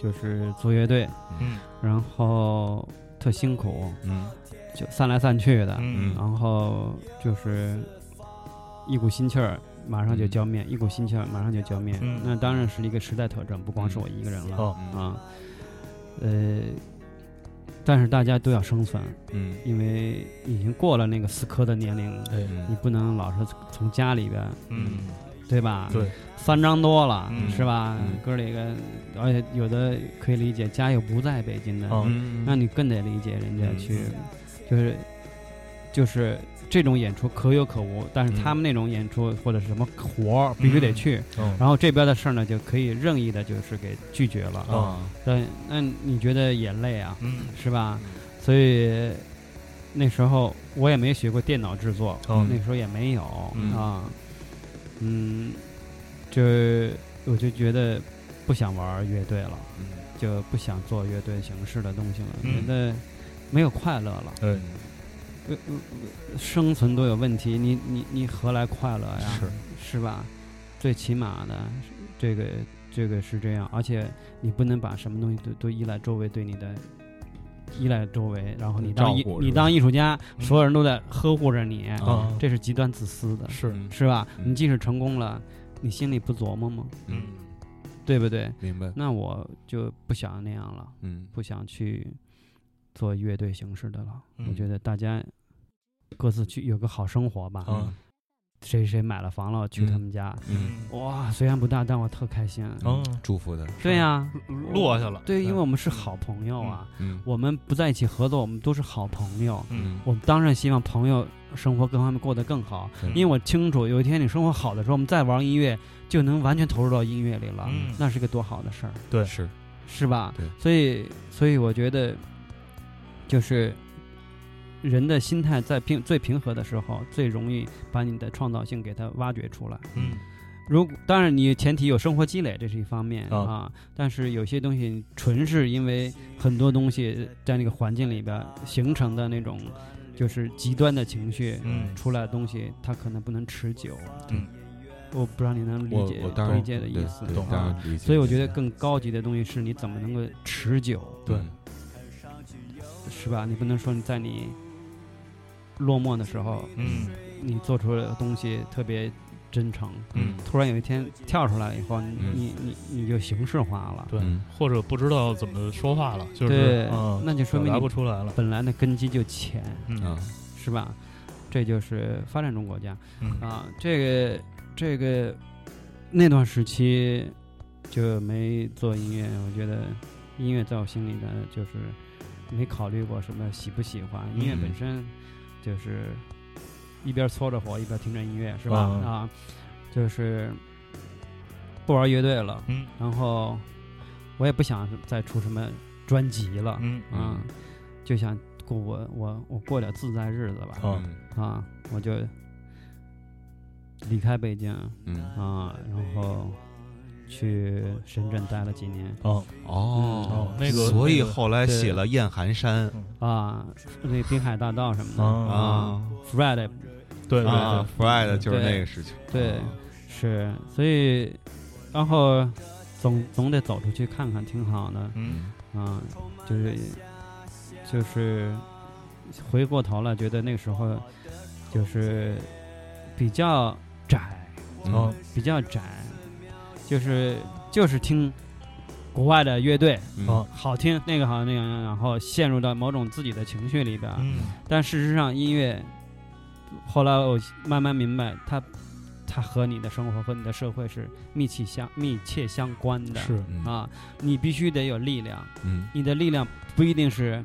D: 就是组乐队，
C: 嗯
D: 然后特辛苦，
B: 嗯
D: 就散来散去的，
C: 嗯
D: 然后就是一股心气儿。马上就浇灭，一股心气儿马上就浇灭。
C: 嗯
D: 那当然是一个时代特征，不光是我一个人
B: 嗯
D: 了、
C: 哦
D: 啊。呃，但是大家都要生存，
B: 嗯
D: 因为已经过了那个死磕的年龄了，
C: 对
D: 你
B: 嗯
D: 不能老是从家里边，
C: 嗯
D: 对吧？
C: 对，
D: 三张多了，
C: 嗯
D: 是吧？
B: 嗯
D: 哥里个，而且有的可以理解，家又不在北京的，
C: 哦
B: 嗯
D: 那你更得理解人家
B: 嗯
D: 去，就是就是这种演出可有可无，但是
B: 嗯
D: 他们那种演出或者是什么活儿必须得去，
C: 嗯
D: 然后这边的事儿呢就可以任意的，就是给拒绝了。
C: 哦
B: 啊
D: 那那你觉得也累啊，
C: 嗯
D: 是吧？所以那时候我也没学过电脑制作，
B: 嗯
C: 哦
D: 那时候也没有、
C: 嗯
D: 啊，嗯，这我就觉得不想玩乐队了，
B: 嗯
D: 就不想做乐队形式的东西了，
C: 嗯
D: 觉得没有快乐了，
C: 对
D: 呃呃呃生存都有问题，你你你何来快乐
B: 嗯
D: 呀？
C: 是
D: 是吧？最起码的，这个这个是这样，而且你不能把什么东西都都依赖周围对你的依赖周围，然后你当
B: 照
D: 艺
B: 顾是
D: 你
B: 吧
D: 当艺术家，
C: 嗯
D: 所有人都在呵护着你，
C: 啊
D: 这是极端自私的，
C: 是
B: 哦嗯
D: 是吧？
B: 嗯
D: 你即使成功了，你心里不琢磨吗？
B: 嗯，
C: 嗯
D: 对不对？
B: 明白。
D: 那我就不想那样了，
B: 嗯
D: 不想去做乐队形式的了。
C: 嗯
D: 我觉得大家各自去有个好生活吧。
C: 啊
D: 谁谁买了房了，去
B: 嗯
D: 他们家，
B: 嗯，
D: 哇，虽然不大，但我特开心。
C: 哦
B: 祝福的。
D: 对呀、
C: 落下了嗯
D: 对，因为我们是好朋友啊，
B: 嗯
D: 我们不在一起合作，我们都是好朋友。
C: 嗯
D: 我们当然希望朋友生活各方面过得更好，
B: 嗯
D: 因为我清楚，有一天你生活好的时候，我们再玩音乐就能完全投入到音乐里了，
C: 嗯
D: 那是个多好的事儿，
C: 对
B: 是
D: 是吧？
B: 对
D: 所以，所以我觉得，就是人的心态在平最平和的时候，最容易把你的创造性给它挖掘出来。
C: 嗯
D: 如果当然，你前提有生活积累，这是一方面、
C: 啊
D: 啊。但是有些东西纯是因为很多东西在那个环境里边形成的那种，就是极端的情绪、
C: 嗯
D: 出来的东西，它可能不能持久。
C: 嗯，
D: 我不知道你能理
B: 我
D: 解
B: 我当然
D: 理解的意
B: 对
D: 思
B: 对
C: 懂
B: 当
D: 啊。
B: 然理解。
D: 所以我觉得更高级的东西是你怎么能够持久，
C: 对
B: 嗯
D: 是吧？你不能说你在你落寞的时候，
C: 嗯
D: 你做出来的东西特别真诚，
C: 嗯
D: 突然有一天跳出来以后，你、
B: 嗯
D: 你你你就形式化了，
C: 嗯对，或者不知道怎么说话了，就是
D: 对
C: 嗯，
D: 那就说明
C: 表达不
D: 你
C: 出来了，
D: 本来的根基就浅，
B: 啊
C: 嗯
D: 是吧？这就是发展中国家
C: 嗯
D: 啊，这个这个那段时期就没做音乐，我觉得音乐在我心里呢，就是没考虑过什么喜不喜欢，音乐
B: 嗯
D: 本身就是一边搓着火一边听着音乐，是吧？
C: 嗯
D: 啊，就是不玩乐队了。
C: 嗯
D: 然后我也不想再出什么专辑了，
C: 嗯
D: 啊，就想过我我我过点自在日子吧，
C: 啊
B: 嗯
D: 啊，我就离开北京
B: 嗯
D: 啊，然后去深圳待了几年
C: 嗯，
B: 哦
C: 哦，那个
B: 所以
C: 那个
B: 后来
D: 对
B: 写了《雁寒山》
D: 啊，对滨海大道什么的、
C: 啊，
B: 啊
D: f r e d
C: 对对
B: 啊
C: 对，
B: ，Fred 就是
D: 对
B: 那个事情，
D: 对，是，所以然后总总得走出去看看，挺好的
C: 嗯
D: 啊，就是就是回过头来，觉得那个时候就是比较窄，
B: 嗯
C: 哦
D: 比较窄，就是就是听国外的乐队，
B: 嗯
C: 哦
D: 好听那个好那个，然后陷入到某种自己的情绪里边儿。
C: 嗯
D: 但事实上，音乐后来我慢慢明白，它它和你的生活和你的社会是密切相密切相关的。
C: 是
B: 嗯
D: 啊，你必须得有力量，
B: 嗯
D: 你的力量不一定是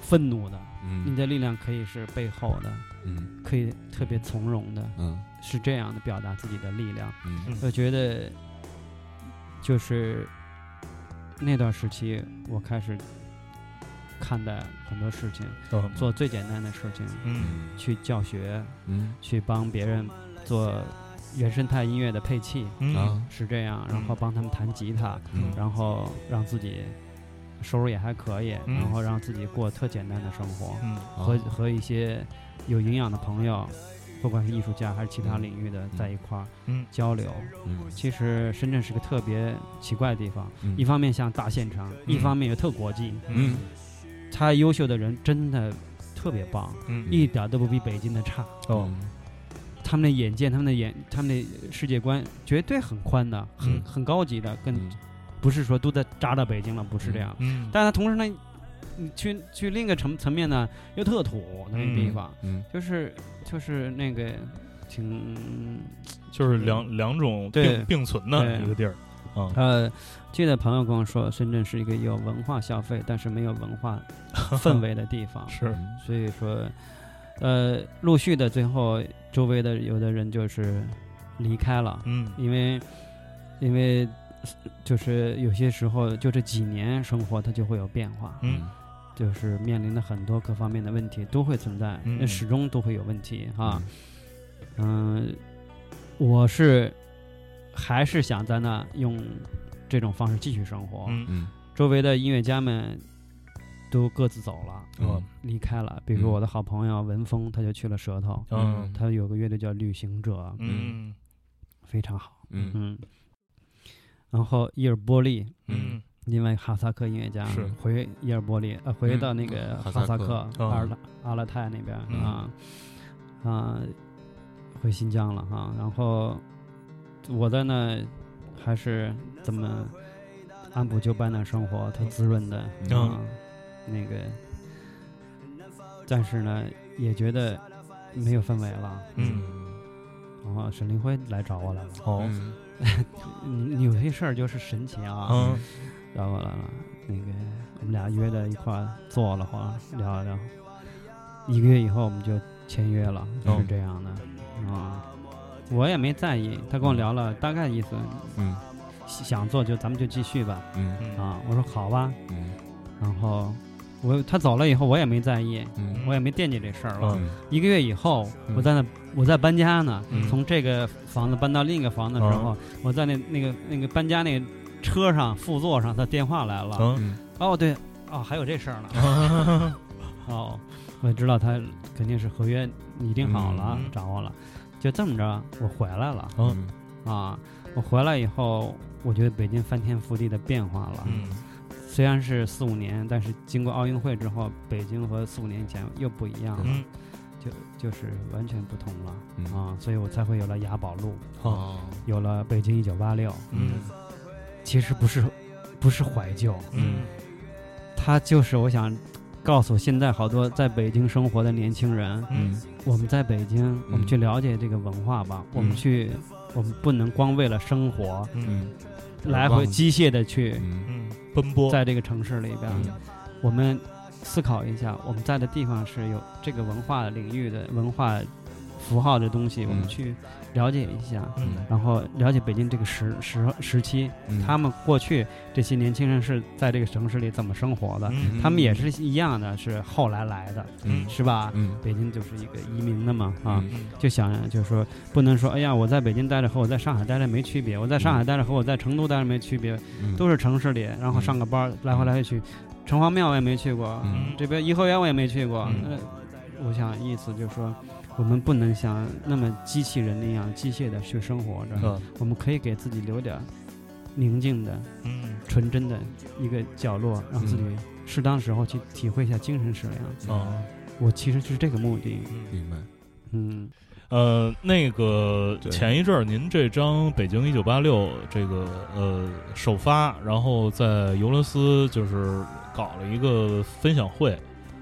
D: 愤怒的，你
B: 嗯
D: 的力量可以是背后的，
B: 嗯
D: 可以特别从容的，
B: 嗯
D: 是这样的表达自己的呃力量。
B: 嗯
D: 我觉得就是那段时期，我开始看待很多事情，
C: 嗯
D: 做最简单的事情，
C: 嗯
D: 去教学，
B: 嗯
D: 去帮别人做原生态音乐的配器，
C: 嗯
B: 啊
D: 是这样，然后帮他们弹吉他，
B: 嗯
D: 然后让自己收入也还可以，
C: 嗯
D: 然后让自己过特简单的生活，
C: 嗯
D: 和和一些有营养的朋友。不管是艺术家还是其他领域的，
B: 嗯
D: 在一块儿
C: 嗯
D: 交流，
B: 嗯
D: 其实深圳是个特别奇怪的地方，
B: 嗯
D: 一方面像大县城，一方面又特国际。
B: 嗯
D: 它优秀的人真的特别棒，
C: 嗯
D: 一点都不比北京的差。
C: 哦
D: 他们的眼界、他们的眼、他们的世界观绝对很宽的，很、
C: 嗯
D: 很高级的，跟
B: 嗯
D: 不是说都在扎到北京了，不是这样。
C: 嗯
D: 但它同时呢，你去去另一个层层面呢，又特土那个地方，
B: 嗯
D: 就是就是那个挺
C: 就是两两种
D: 对
C: 并并存的
D: 对
C: 一个地儿啊，
D: 呃，记得朋友跟我说，深圳是一个有文化消费，但是没有文化氛围的地
C: <laughs>
D: 方。
C: 是
B: 嗯
D: 所以说，呃，陆续的，最后周围的有的人就是离开了，
C: 嗯
D: 因为因为就是有些时候就这几年生活它就会有变化，
C: 嗯
D: 就是面临的很多各方面的问题都会存在，
C: 嗯
D: 始终都会有问题哈。嗯、我是还是想在那用这种方式继续生活，
C: 嗯
B: 嗯
D: 周围的音乐家们都各自走了。
C: 哦
B: 嗯
D: 离开了，比如说我的好朋友文峰，他就去了舌头，
C: 嗯
D: 他有个乐队叫旅行者，
C: 嗯
D: 非常好，
B: 嗯
D: 嗯。然后伊尔波利，
C: 嗯
D: 另外一个哈萨克音乐家
C: 是
D: 回伊尔波利，呃，回到那个
B: 嗯
D: 哈萨克
B: 哈
C: 克
D: 阿尔阿勒泰那边
C: 嗯
D: 啊啊，回新疆了哈。然后我在那还是怎么按部就班的生活，特滋润的
B: 嗯
D: 啊，那个，但是呢，也觉得没有氛围了。
C: 嗯
D: 然后沈凌辉来找我来了，嗯
C: 哦
D: 你你有些事儿就是神奇啊，
C: 嗯
D: 找我来了，那个我们俩约在一块儿坐了会儿，聊了聊，一个月以后我们就签约了，
C: 哦
D: 是这样的啊、我也没在意，他跟我聊了大概意思，
B: 嗯
D: 想做就咱们就继续吧
B: 嗯
C: 嗯
D: 啊，我说好吧，
B: 嗯
D: 然后我他走了以后我也没在意，
B: 嗯
D: 我也没惦记这事儿了。
C: 嗯
D: 一个月以后，
B: 嗯
D: 我在那我在搬家呢，
C: 嗯
D: 从这个房子搬到另一个房子的时候，我在那那个那个搬家那个车上副座上，他电话来了。
C: 嗯
D: 哦，对，哦，还有这事儿呢。
C: 嗯
D: 哦，我知道他肯定是合约拟定好了，
C: 嗯
D: 找我了。就这么着，我回来了
B: 嗯
D: 啊！我回来以后，我觉得北京翻天覆地的变化了。
C: 嗯
D: 虽然是四五年，但是经过奥运会之后，北京和四五年前又不一样了，
C: 嗯
D: 就就是完全不同了、
B: 嗯
D: 啊！所以我才会有了雅宝路，
B: 哦
D: 有了北京一九八六。
C: 嗯
D: 其实不是，不是怀旧，
C: 嗯
D: 它就是我想告诉现在好多在北京生活的年轻人，
C: 嗯
D: 我们在北京，我们
B: 嗯
D: 去了解这个文化吧，我们去，我们不能光为了生活
C: 嗯
B: 嗯
D: 来回机械的去
B: 嗯
C: 嗯奔波
D: 在这个城市里边，我们思考一下，我们在的地方是有这个文化领域的文化符号这东西，
B: 嗯
D: 我们去了解一下，
C: 嗯
D: 然后了解北京这个时时时期，
B: 嗯
D: 他们过去这些年轻人是在这个城市里怎么生活的，
C: 嗯
D: 他们也是一样的，是后来来的，
B: 嗯
D: 是吧？
B: 嗯
D: 北京就是一个移民的嘛，啊。
B: 嗯
C: 嗯
D: 就想就是说，不能说，哎呀，我在北京待着和我在上海待着没区别，我在上海待着和我在成都待着没区别，
B: 嗯
D: 都是城市里，然后上个班儿，来回来回去，城隍庙我也没去过，
B: 嗯
D: 这边颐和园我也没去过。
C: 嗯
D: 呃，我想意思就是说，我们不能像那么机器人那样机械的去生活着，
C: 嗯
D: 我们可以给自己留点儿宁静的、
C: 嗯
D: 纯真的一个角落，让自己适当时候去体会一下精神食粮。
C: 啊
D: 我其实就是这个目的。
B: 嗯明白。
D: 嗯，
C: 呃，那个
B: 对
C: 前一阵儿您这张《北京一九八六》这个呃首发，然后在尤伦斯就是搞了一个分享会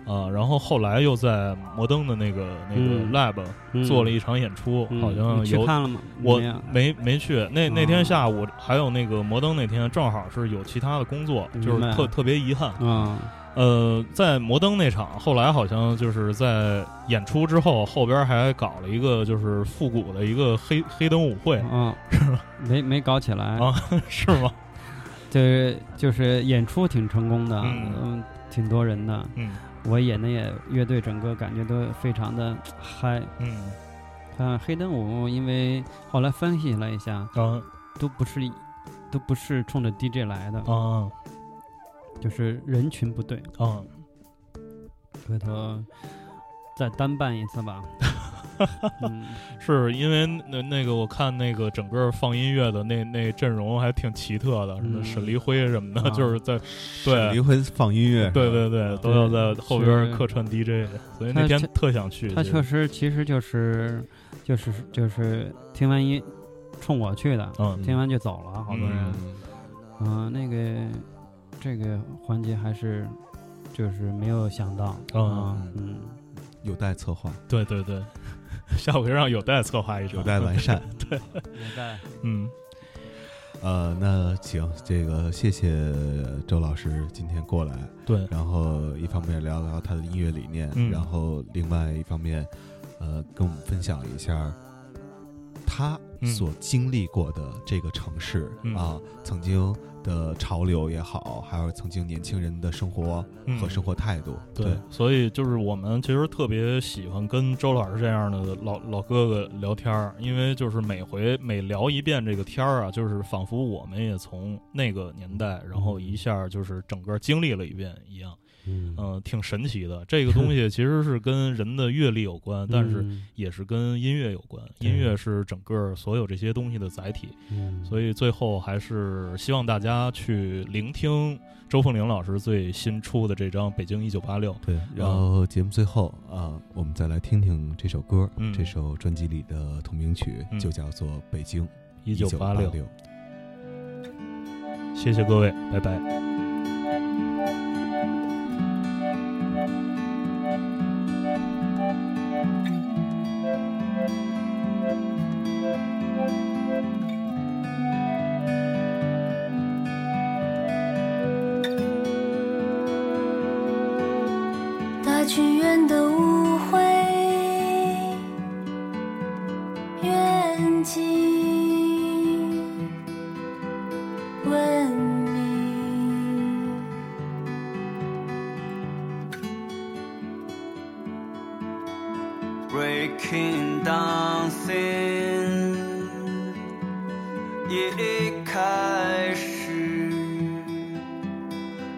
C: 啊、然后后来又在摩登的那个那个
D: 嗯
C: lab
D: 嗯
C: 做了一场演出，
D: 嗯
C: 好
D: 你
C: 像
D: 去
C: 有
D: 看了吗？
C: 我
D: 没有
C: 没没去，那那天
D: 啊
C: 下午还有那个摩登那天正好是有其他的工作，就是
D: 明白
C: 特特别遗憾。
D: 啊，
C: 呃，在摩登那场，后来好像就是在演出之后，后边还搞了一个就是复古的一个黑黑灯舞会，
D: 啊，没没搞起来
C: 啊 <laughs> 是吗？
D: 就是就是演出挺成功的，
C: 嗯
D: 嗯，挺多人的。
C: 嗯
D: 我演的也乐队整个感觉都非常的嗨。
C: 嗯
D: 看黑灯舞，因为后来分析了一下，
C: 啊
D: 都不是都不是冲着 DJ 来的，
C: 啊
D: 就是人群不对。
C: 啊！
D: 回头再单办一次 <laughs> 吧。嗯，
C: 是因为那那个我看那个整个放音乐的那那阵容还挺奇特的，什么
D: 嗯
C: 沈黎辉什么的，
D: 啊
C: 就是在
B: 沈黎
C: 对。
B: 辉放音乐，
C: 对对对，都要在后边
D: 是
C: 客串 DJ，所以那
D: 他
C: 天
D: 确
C: 特想去。
D: 他
C: 就
D: 确实其实就是就是就是听完音冲我去的，
C: 嗯
D: 听完就走了，好多人。
C: 嗯
D: 嗯，那个这个环节还是就是没有想到
C: 嗯
D: 啊，嗯，
B: 有待策划，
C: 对对对， <laughs> 下回让有待策划一场。
B: 有待完善。 <laughs>
D: 也在
C: 嗯
B: 呃，那行，这个谢谢周老师今天过来，
C: 对，
B: 然后一方面聊聊他的音乐理念，
C: 嗯
B: 然后另外一方面，呃，跟我们分享一下他
C: 嗯
B: 所经历过的这个城市、
C: 嗯
B: 啊，曾经的潮流也好，还有曾经年轻人的生活
C: 嗯
B: 和生活态度，
C: 对，所以就是我们其实特别喜欢跟周老师这样的老老哥哥聊天儿，因为就是每回每聊一遍这个天儿啊，就是仿佛我们也从那个年代，然后一下就是整个经历了一遍一样，
D: <laughs> 嗯，
C: 嗯、挺神奇的。这个东西其实是跟人的阅历有关，但是
D: 嗯
C: 也是跟音乐有关，音乐是整个所有这些东西的载体。
D: 嗯
C: 所以最后还是希望大家去聆听周凤玲老师最新出的这张《北京一九八六》。
B: 对，然后节目最后啊，我们再来听听这首歌，
C: 嗯
B: 这首专辑里的同名曲
C: 嗯
B: 就叫做《北京
C: 一九
B: 九
C: 八
B: 六
C: 六，》。谢谢各位，拜拜。
F: 大剧院的舞会，远近闻名。
E: breaking dancing 一开始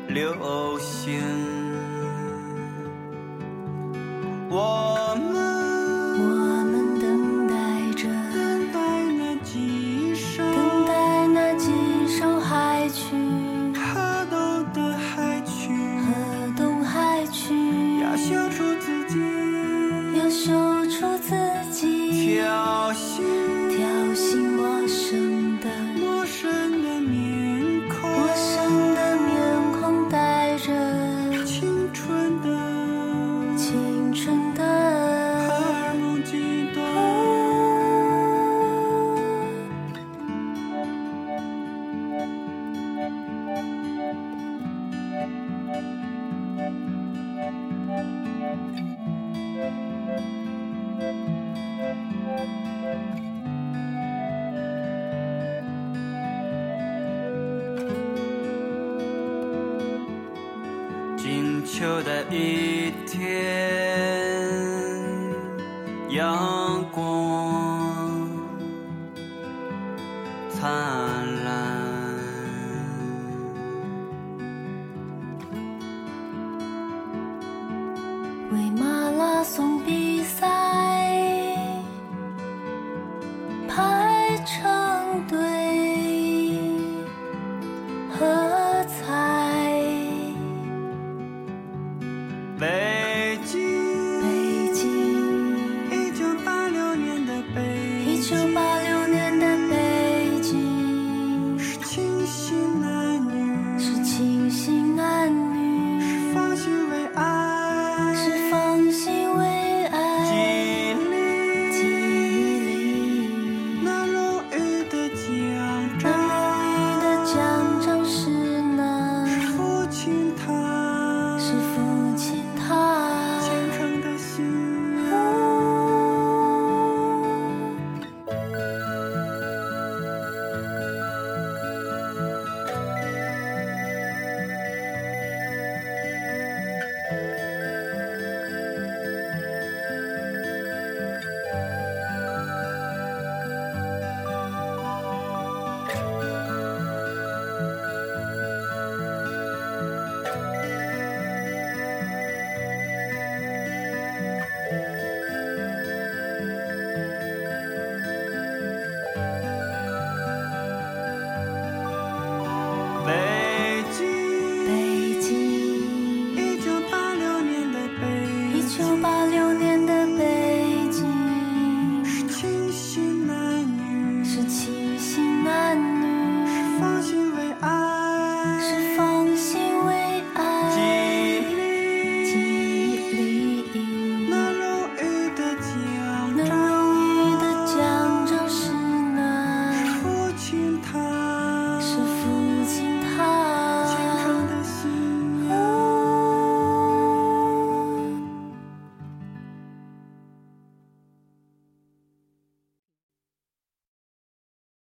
E: 流行，我
F: 我
E: 们
F: 们等待着，
E: 等待那几首
F: 等待那几首海曲
E: 河东的海曲，
F: 河东海曲，
E: 要秀出自己
F: 要秀出自己，
E: 挑衅
F: 挑衅陌生的
E: 陌生的秋的一天，阳光灿烂。